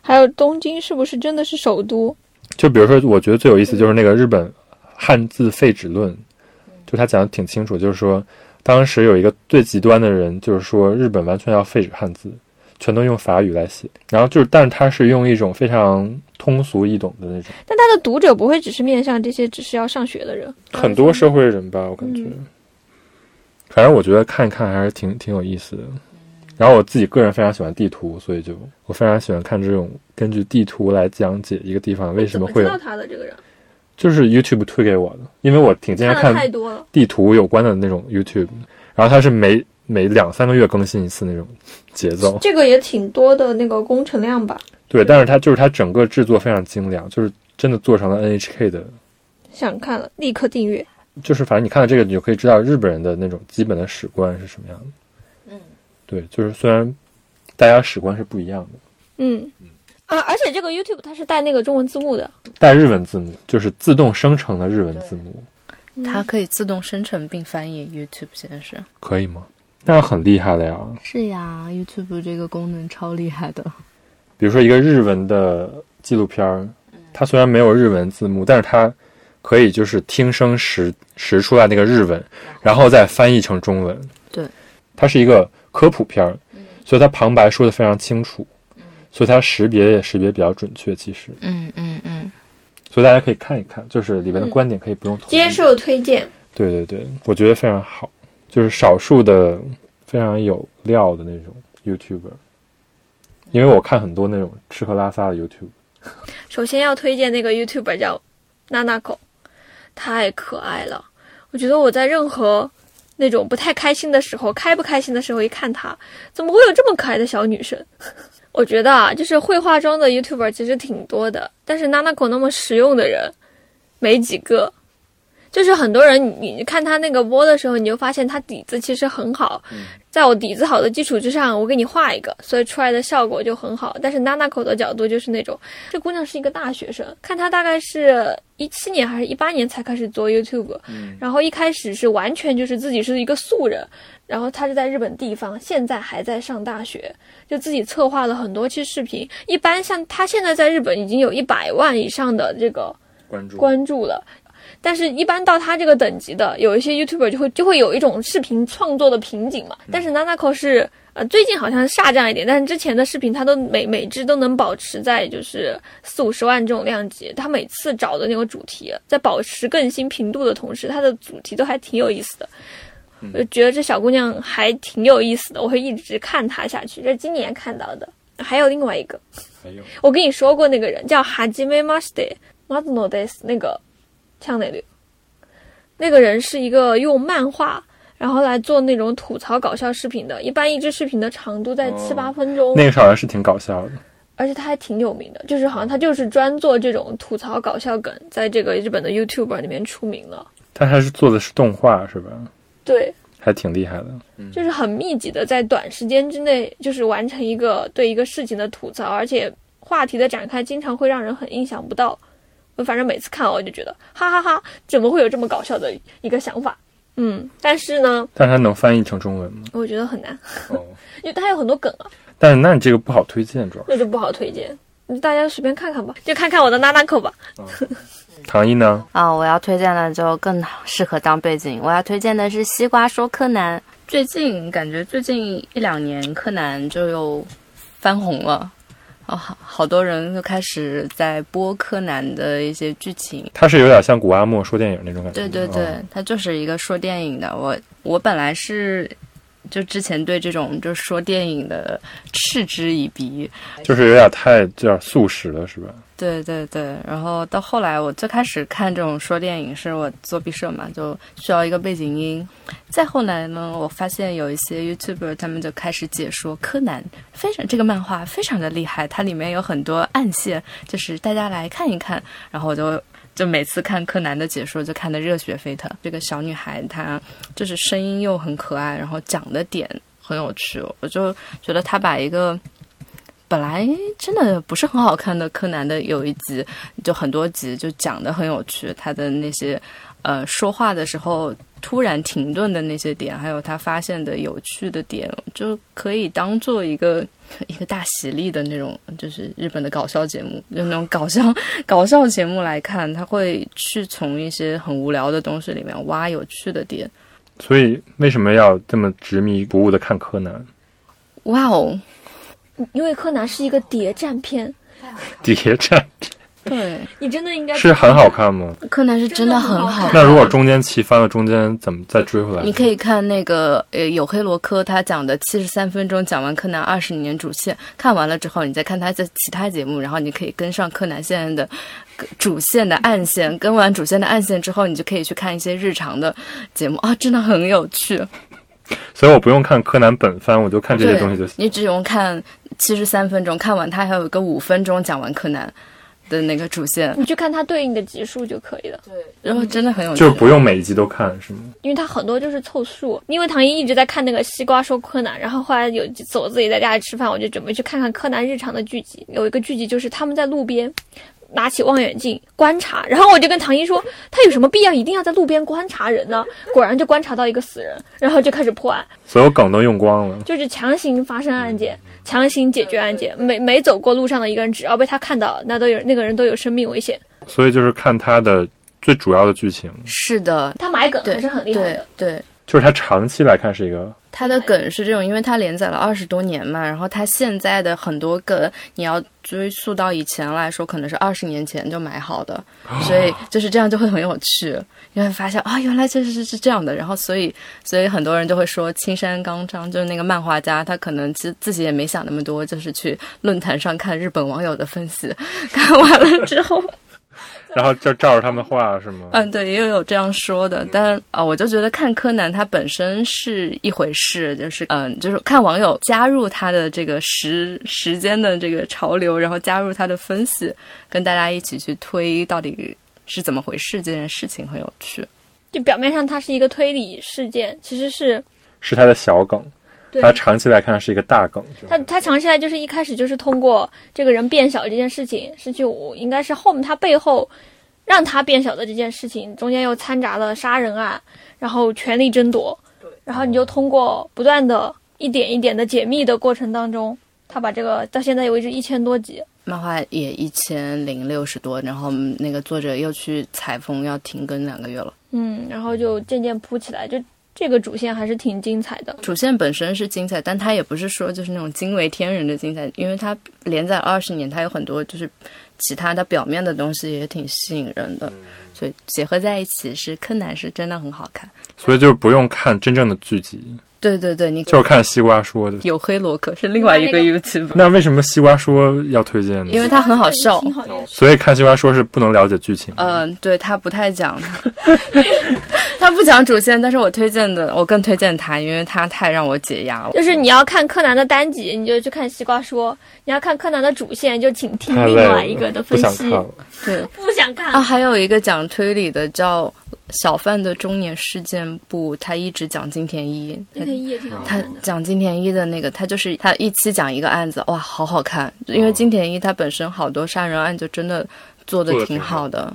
S4: 还有东京是不是真的是首都？
S5: 就比如说，我觉得最有意思就是那个日本汉字废止论，就他讲的挺清楚，就是说当时有一个最极端的人，就是说日本完全要废止汉字，全都用法语来写。然后就是，但是他是用一种非常通俗易懂的那种，
S4: 但他的读者不会只是面向这些只是要上学的人，
S5: 很多社会人吧，我感觉。反正我觉得看一看还是挺挺有意思的。然后我自己个人非常喜欢地图，所以就我非常喜欢看这种根据地图来讲解一个地方为什么会有，
S4: 他的这个人？
S5: 就是 YouTube 推给我的，因为我挺经常
S4: 得
S5: 看
S4: 多了。
S5: 地图有关的那种 YouTube，然后它是每每两三个月更新一次那种节奏。
S4: 这个也挺多的那个工程量吧，
S5: 对，但是它就是它整个制作非常精良，就是真的做成了 NHK 的
S4: 想看了立刻订阅。
S5: 就是反正你看到这个，你就可以知道日本人的那种基本的史观是什么样的。嗯，对，就是虽然大家史观是不一样的，
S4: 嗯啊，而且这个 YouTube 它是带那个中文字幕的，
S5: 带日文字幕就是自动生成的日文字幕，
S1: 它嗯可以自动生成并翻译 YouTube 先生。
S5: 可以吗？那很厉害了呀！
S1: 是呀，YouTube 这个功能超厉害的。
S5: 比如说一个日文的纪录片儿，它虽然没有日文字幕，但是它可以就是听声识识出来那个日文，然后再翻译成中文。
S1: 对，
S5: 它是一个科普片儿，所以它旁白说的非常清楚，所以它识别也识别比较准确。其实，
S1: 嗯嗯嗯，
S5: 所以大家可以看一看，就是里面的观点可以不用同意。
S4: 受推荐。
S5: 对对对，我觉得非常好，就是少数的非常有料的那种 YouTuber，因为我看很多那种吃喝拉撒的 YouTube。
S4: 首先要推荐那个 YouTuber 叫娜娜狗，太可爱了。我觉得我在任何那种不太开心的时候，开不开心的时候，一看她，怎么会有这么可爱的小女生？ 我觉得啊，就是会化妆的 YouTuber 其实挺多的，但是娜娜狗那么实用的人没几个。就是很多人，你你看他那个播的时候，你就发现他底子其实很好。在我底子好的基础之上，我给你画一个，所以出来的效果就很好。但是娜娜口的角度就是那种这姑娘是一个大学生，看她大概是一七年还是一八年才开始做 YouTube，、然后一开始是完全就是自己是一个素人，然后她是在日本地方，现在还在上大学，就自己策划了很多期视频。一般像她现在在日本已经有一百万以上的这个
S5: 关注
S4: 关注了。但是，一般到他这个等级的，有一些 YouTuber 就会就会有一种视频创作的瓶颈嘛。
S5: 嗯
S4: 但是 Nanako 是呃最近好像下降一点，但是之前的视频他都每每支都能保持在就是四五十万这种量级。他每次找的那个主题，在保持更新频度的同时，他的主题都还挺有意思的。
S5: 嗯
S4: 我就觉得这小姑娘还挺有意思的，我会一直看她下去。这是今年看到的，还有另外一个，
S5: 还有
S4: 我跟你说过那个人叫哈基梅马斯德马诺德斯那个呛内绿，那个人是一个用漫画然后来做那种吐槽搞笑视频的，一般一支视频的长度在七
S5: 哦
S4: 八分钟，
S5: 那个好像是挺搞笑的，
S4: 而且他还挺有名的，就是好像他就是专做这种吐槽搞笑梗，在这个日本的 YouTuber 里面出名了。
S5: 但他是做的是动画是吧？
S4: 对，
S5: 还挺厉害的。
S4: 就是很密集的在短时间之内，就是完成一个对一个事情的吐槽，而且话题的展开经常会让人很意想不到。我反正每次看完我就觉得，哈哈哈怎么会有这么搞笑的一个想法？嗯，但是呢，
S5: 但是它能翻译成中文吗？
S4: 我觉得很难，
S5: 哦，
S4: 因为它有很多梗啊，
S5: 但是那你这个不好推荐，主要是
S4: 那就不好推荐。大家随便看看吧，就看看我的娜娜口吧。
S5: 唐一呢？
S1: 啊，我要推荐的就更适合当背景。我要推荐的是《西瓜说柯南》。最近感觉最近一两年，柯南就又翻红了，啊，好好多人就开始在播柯南的一些剧情。
S5: 它是有点像古阿莫说电影那种感觉。
S1: 对对对
S5: 哦，
S1: 它就是一个说电影的。我我本来是就之前对这种就说电影的嗤之以鼻，
S5: 就是有点太有点速食了，是吧？
S1: 对对对，然后到后来，我最开始看这种说电影是我做毕设嘛，就需要一个背景音。再后来呢，我发现有一些 YouTuber 他们就开始解说柯南，非常这个漫画非常的厉害，它里面有很多暗线，就是大家来看一看。然后我就就每次看柯南的解说，就看得热血沸腾。这个小女孩她就是声音又很可爱，然后讲的点很有趣，我就觉得她把一个。本来真的不是很好看的柯南的有一集，就很多集就讲的很有趣，他的那些呃说话的时候突然停顿的那些点，还有他发现的有趣的点，就可以当做一个 一个大喜力的那种，就是日本的搞笑节目，就那种搞笑 搞笑节目来看，他会去从一些很无聊的东西里面挖有趣的点。
S5: 所以为什么要这么执迷不悟的看柯南？
S1: 哇哦，
S4: 因为柯南是一个谍战片，
S5: 谍战
S1: 对，
S4: 你真的应该
S5: 是啊很好 看吗？
S1: 柯南是真的很好
S5: 那如果中间弃番了，中间怎么再追回来？
S1: 你可以看那个呃，有黑罗科他讲的七十三分钟，讲完柯南二十年主线，看完了之后，你再看他的其他节目，然后你可以跟上柯南现在的呃主线的暗线，跟完主线的暗线之后，你就可以去看一些日常的节目啊，真的很有趣。
S5: 所以我不用看柯南本番，我就看这些东西就行。
S1: 你只用看七十三分钟，看完它还有一个五分钟讲完柯南的那个主线，
S4: 你去看它对应的集数就可以了。
S1: 然后真的很有趣
S5: 就是。不用每一集都看，是吗？
S4: 因为他很多就是凑数。因为唐一一直在看那个《西瓜说柯南》，然后后来有几次我自己在家里吃饭，我就准备去看看柯南日常的剧集。有一个剧集就是他们在路边拿起望远镜观察，然后我就跟唐一说，他有什么必要一定要在路边观察人呢？
S1: 嗯
S4: 果然就观察到一个死人，然后就开始破案，
S5: 所有梗都用光了。
S4: 就是强行发生案件，强行解决案件。
S1: 嗯
S4: 每每走过路上的一个人，只要被他看到，那都有那个人都有生命危险。
S5: 所以就是看它的最主要的剧情，
S1: 是的，
S4: 他埋梗
S1: 对
S4: 还是很厉害
S1: 对
S4: 的。
S1: 对。
S5: 就是它长期来看是一个
S1: 它的梗是这种，因为它连载了二十多年嘛，然后它现在的很多梗，你要追溯到以前来说，可能是二十年前就买好的，所以就是这样就会很有趣，你会发现啊、原来这是是这样的，然后所以所以很多人就会说青山刚昌就是那个漫画家，他可能自自己也没想那么多，就是去论坛上看日本网友的分析， 看完了之后。
S5: 然后就照着他们画是吗？
S1: 嗯，对，也有这样说的，但啊、我就觉得看柯南它本身是一回事，就是嗯，就是看网友加入他的这个时时间的这个潮流，然后加入他的分析，跟大家一起去推到底是怎么回事这件事情很有趣。
S4: 就表面上它是一个推理事件，其实是
S5: 是它的小梗，
S4: 对
S5: 它长期来看是一个大梗。是吧
S4: 他他尝试来就是一开始就是通过这个人变小这件事情，是去我应该是后面他背后让他变小的这件事情，中间又掺杂了杀人案，然后权力争夺，然后你就通过不断的一点一点的解密的过程当中，他把这个到现在为止一千多集，
S1: 漫画也一千零六十多，然后那个作者又去采风，要停更两个月了。
S4: 嗯，然后就渐渐铺起来，就这个主线还是挺精彩的。
S1: 主线本身是精彩，但它也不是说就是那种惊为天人的精彩，因为它连载二十年，它有很多就是其他的表面的东西也挺吸引人的，所以结合在一起是柯南是真的很好看。
S5: 所以就不用看真正的剧集，
S1: 对对对，你
S5: 就是看西瓜说的。
S1: 有黑罗克是 另外一个
S4: 另
S1: YouTube，
S5: 那为什么西瓜说要推荐呢？
S1: 因为它很好笑。
S4: 挺好用
S5: 所以看西瓜说是不能了解剧情
S4: 哦
S5: 的。
S1: 嗯、对他不太讲， 他不讲主线，但是我推荐的，我更推荐他，因为他太让我解压了。
S4: 就是你要看柯南的单集，你就去看西瓜说；你要看柯南的主线，就请听
S5: 太
S4: 另
S5: 累了
S4: 外一个的，
S5: 不
S4: 分
S5: 想
S4: 析
S5: 看。了。
S1: 对
S4: 不想看
S1: 啊，还有一个讲推理的叫《小贩的中年事件簿》，他一直讲金田一，
S4: 那个也挺好
S1: 他
S4: 看的。
S1: 讲金田一的那个，他就是他一期讲一个案子，哇，好好看，因为金田一他本身好多杀人案就真的做的
S5: 做得
S1: 挺
S5: 挺好
S1: 好的。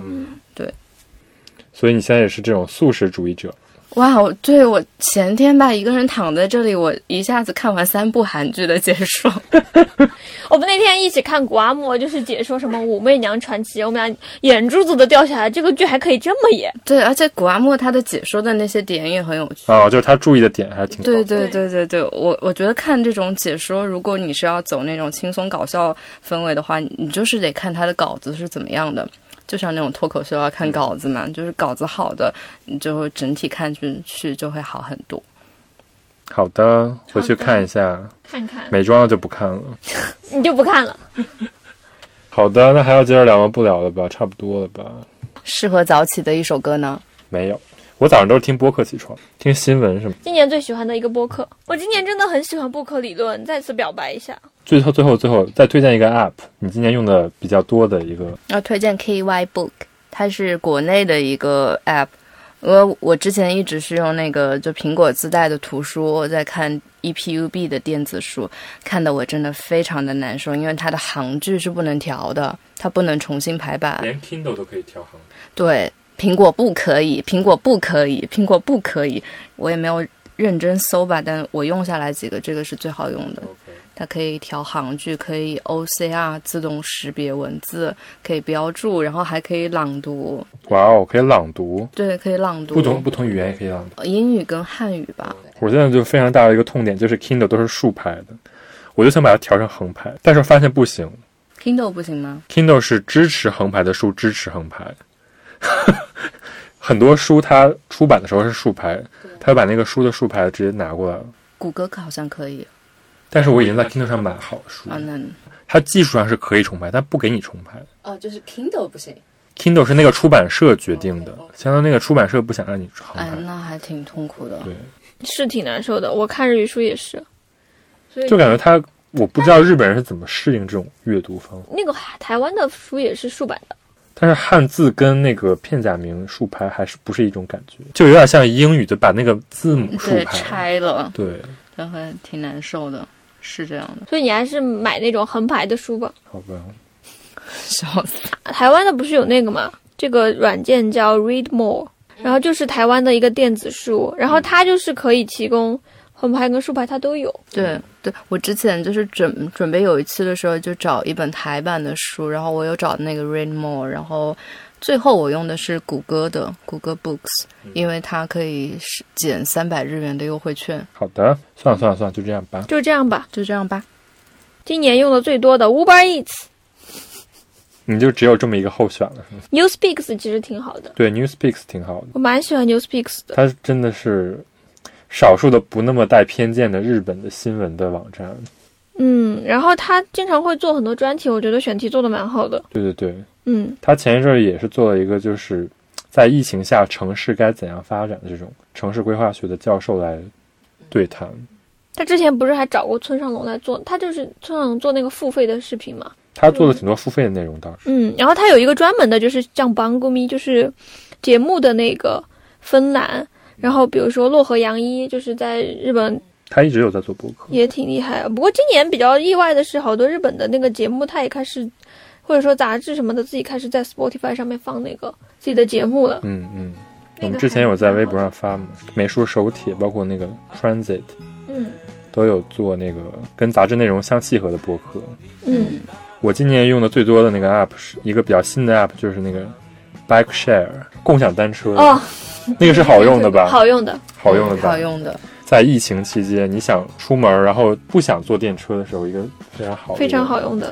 S5: 所以你现在也是这种素食主义者，
S1: 哇，我对我前天吧，一个人躺在这里，我一下子看完三部韩剧的解说。
S4: 我们那天一起看古阿莫，就是解说什么《武媚娘传奇》，我们俩眼珠子都掉下来。这个剧还可以这么演，
S1: 对，而且古阿莫他的解说的那些点也很有趣。
S5: 啊，就是他注意的点还挺高
S1: 对
S5: 的。
S1: 对对对对，我我觉得看这种解说，如果你是要走那种轻松搞笑氛围的话，你你就是得看他的稿子是怎么样的。就像那种脱口秀要看稿子嘛，就是稿子好的，你就会整体看进去就会好很多。
S5: 好的，回去看一下，
S4: 看看
S5: 美妆的就不看了。
S4: 你就不看了。
S5: 好的，那还要接着聊吗？不聊了吧，差不多了吧？
S1: 适合早起的一首歌呢？
S5: 没有，我早上都是听播客起床，听新闻什么。
S4: 今年最喜欢的一个播客，我今年真的很喜欢布克理论，再次表白一下。
S5: 最后最后最后再推荐一个 app，你今年用的比较多的一个，
S1: 要推荐 KY Book，它是国内的一个 app。我我之前一直是用那个就苹果自带的图书，我在看 E EPUB 的电子书，看的我真的非常的难受，因为它的行距是不能调的，它不能重新排版。
S5: 连 Kindle 都可以调行。
S1: 对，苹果不可以，苹果不可以，苹果不可以。我也没有认真搜吧，但我用下来几个，这个是最好用的。它可以调行距，可以 OCR 自动识别文字，可以标注，然后还可以朗读，
S5: 哇哦，可以朗读，
S1: 对，可以朗读。
S5: 不同不同语言也可以朗读。
S1: 英语跟汉语吧，
S5: 我现在就非常大的一个痛点就是 Kindle 都是竖排的，我就想把它调成横排，但是我发现不行。
S1: Kindle 不行吗？
S5: Kindle 是支持横排的书，支持横排。 很多书它出版的时候是竖排，它把那个书的竖排直接拿过来了。
S1: 谷歌好像可以
S5: 但是我已经在 Kindle 上买好书
S1: 啊，，那
S5: 它技术上是可以重排，但不给你重排。
S1: 哦，就是 Kindle 不行，
S5: Kindle 是那个出版社决定的，相当于那个出版社不想让你横
S1: 哎，
S5: 排，
S1: 那还挺痛苦的。
S4: 是挺难受的。我看日语书也是，所以
S5: 就感觉它，我不知道日本人是怎么适应这种阅读方法。
S4: 那个台湾的书也是竖版的，
S5: 但是汉字跟那个片假名竖排还是不是一种感觉，就有点像英语的把那个字母竖
S1: 对，
S5: 排。
S1: 拆了，
S5: 对，
S1: 然后还挺难受的，是这样 的，
S4: 所以你还是买那种横排的书吧。
S5: 好吧。
S1: 笑死。
S4: 台湾的不是有那个吗？这个软件叫 Read More，然后就是台湾的一个电子书，然后它就是可以提供横排跟竖排，它都有。
S5: 嗯
S1: 对对，我之前就是准准备有一期的时候，就找一本台版的书，然后我有找那个 Read More，然后最后我用的是谷歌的谷歌 Books，因
S5: 嗯
S1: 为它可以是减三百日元的优惠券。
S5: 好的，算了算了算了，就这样吧。
S4: 就这样吧。
S1: 就这样吧，
S4: 今年用的最多的 Uber Eats、
S5: 你就只有这么一个候选了，是吗？
S4: Newspeaks 其实挺好的，
S5: 对，Newspeaks 挺好的，
S4: 我蛮喜欢 Newspeaks 的。
S5: 它真的是少数的不那么带偏见的日本的新闻的网站。
S4: 嗯，然后他经常会做很多专题，我觉得选题做的蛮好的。
S5: 对对对，
S4: 嗯，
S5: 它前一阵儿也是做了一个，就是在疫情下城市该怎样发展的这种城市规划学的教授来对谈。
S4: 嗯他之前不是还找过村上龙来做，他就是村上龙做那个付费的视频嘛。
S5: 他做了挺多付费的内容，倒是
S4: 嗯，然后他有一个专门的，就是像帮公咪，就是节目的那个芬兰。然后比如说洛河洋一，就是在日本
S5: 他一直有在做博客。
S4: 也挺厉害的。不过今年比较意外的是，好多日本的那个节目，他也开始或者说杂志什么的，自己开始在 Spotify 上面放那个自己的节目了。
S5: 嗯嗯，
S4: 那个
S5: 我们之前有在微博上发嘛，美术手帖，包括那个 Transit
S4: 嗯
S5: 都有做那个跟杂志内容相契合的博客。
S4: 嗯，
S5: 我今年用的最多的那个 app 是一个比较新的 app，就是那个 Bike Share 共享单车，
S4: 哦，
S5: 那个是好用的吧？
S4: 好用的，
S5: 好用的吧？
S1: 好用的，
S5: 在疫情期间，你想出门，然后不想坐电车的时候，一个非常好的
S4: 非常好
S5: 一个
S4: 用的。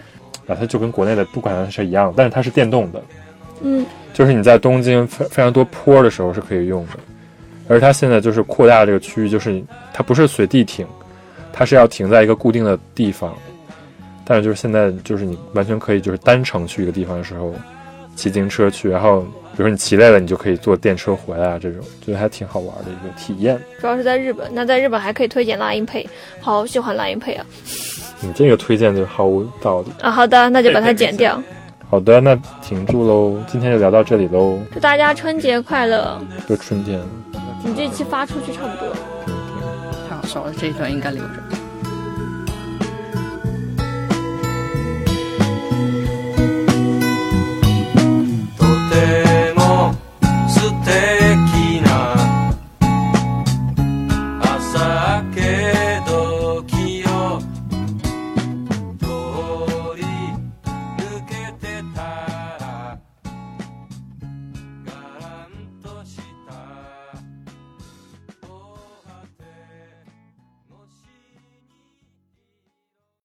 S5: 啊，它就跟国内的不管它是一样，但是它是电动的，
S4: 嗯，
S5: 就是你在东京非非常多坡的时候是可以用的，而它现在就是扩大这个区域，就是它不是随地停，它是要停在一个固定的地方，但是就是现在就是你完全可以就是单程去一个地方的时候，骑自行车去，然后比如说你骑累了，你就可以坐电车回来啊，这种觉得还挺好玩的一个体验。
S4: 主要是在日本，那在日本还可以推荐 Line Pay，好喜欢 Line Pay 啊。
S5: 你这个推荐就毫无道理。
S4: 啊，好的，那就把它剪掉。
S5: 好的，那停住喽，今天就聊到这里喽，
S4: 祝大家春节快乐！
S5: 就春天
S4: 你这期发出去差不多。
S5: 停停。
S1: 太好笑了，这一段应该留着。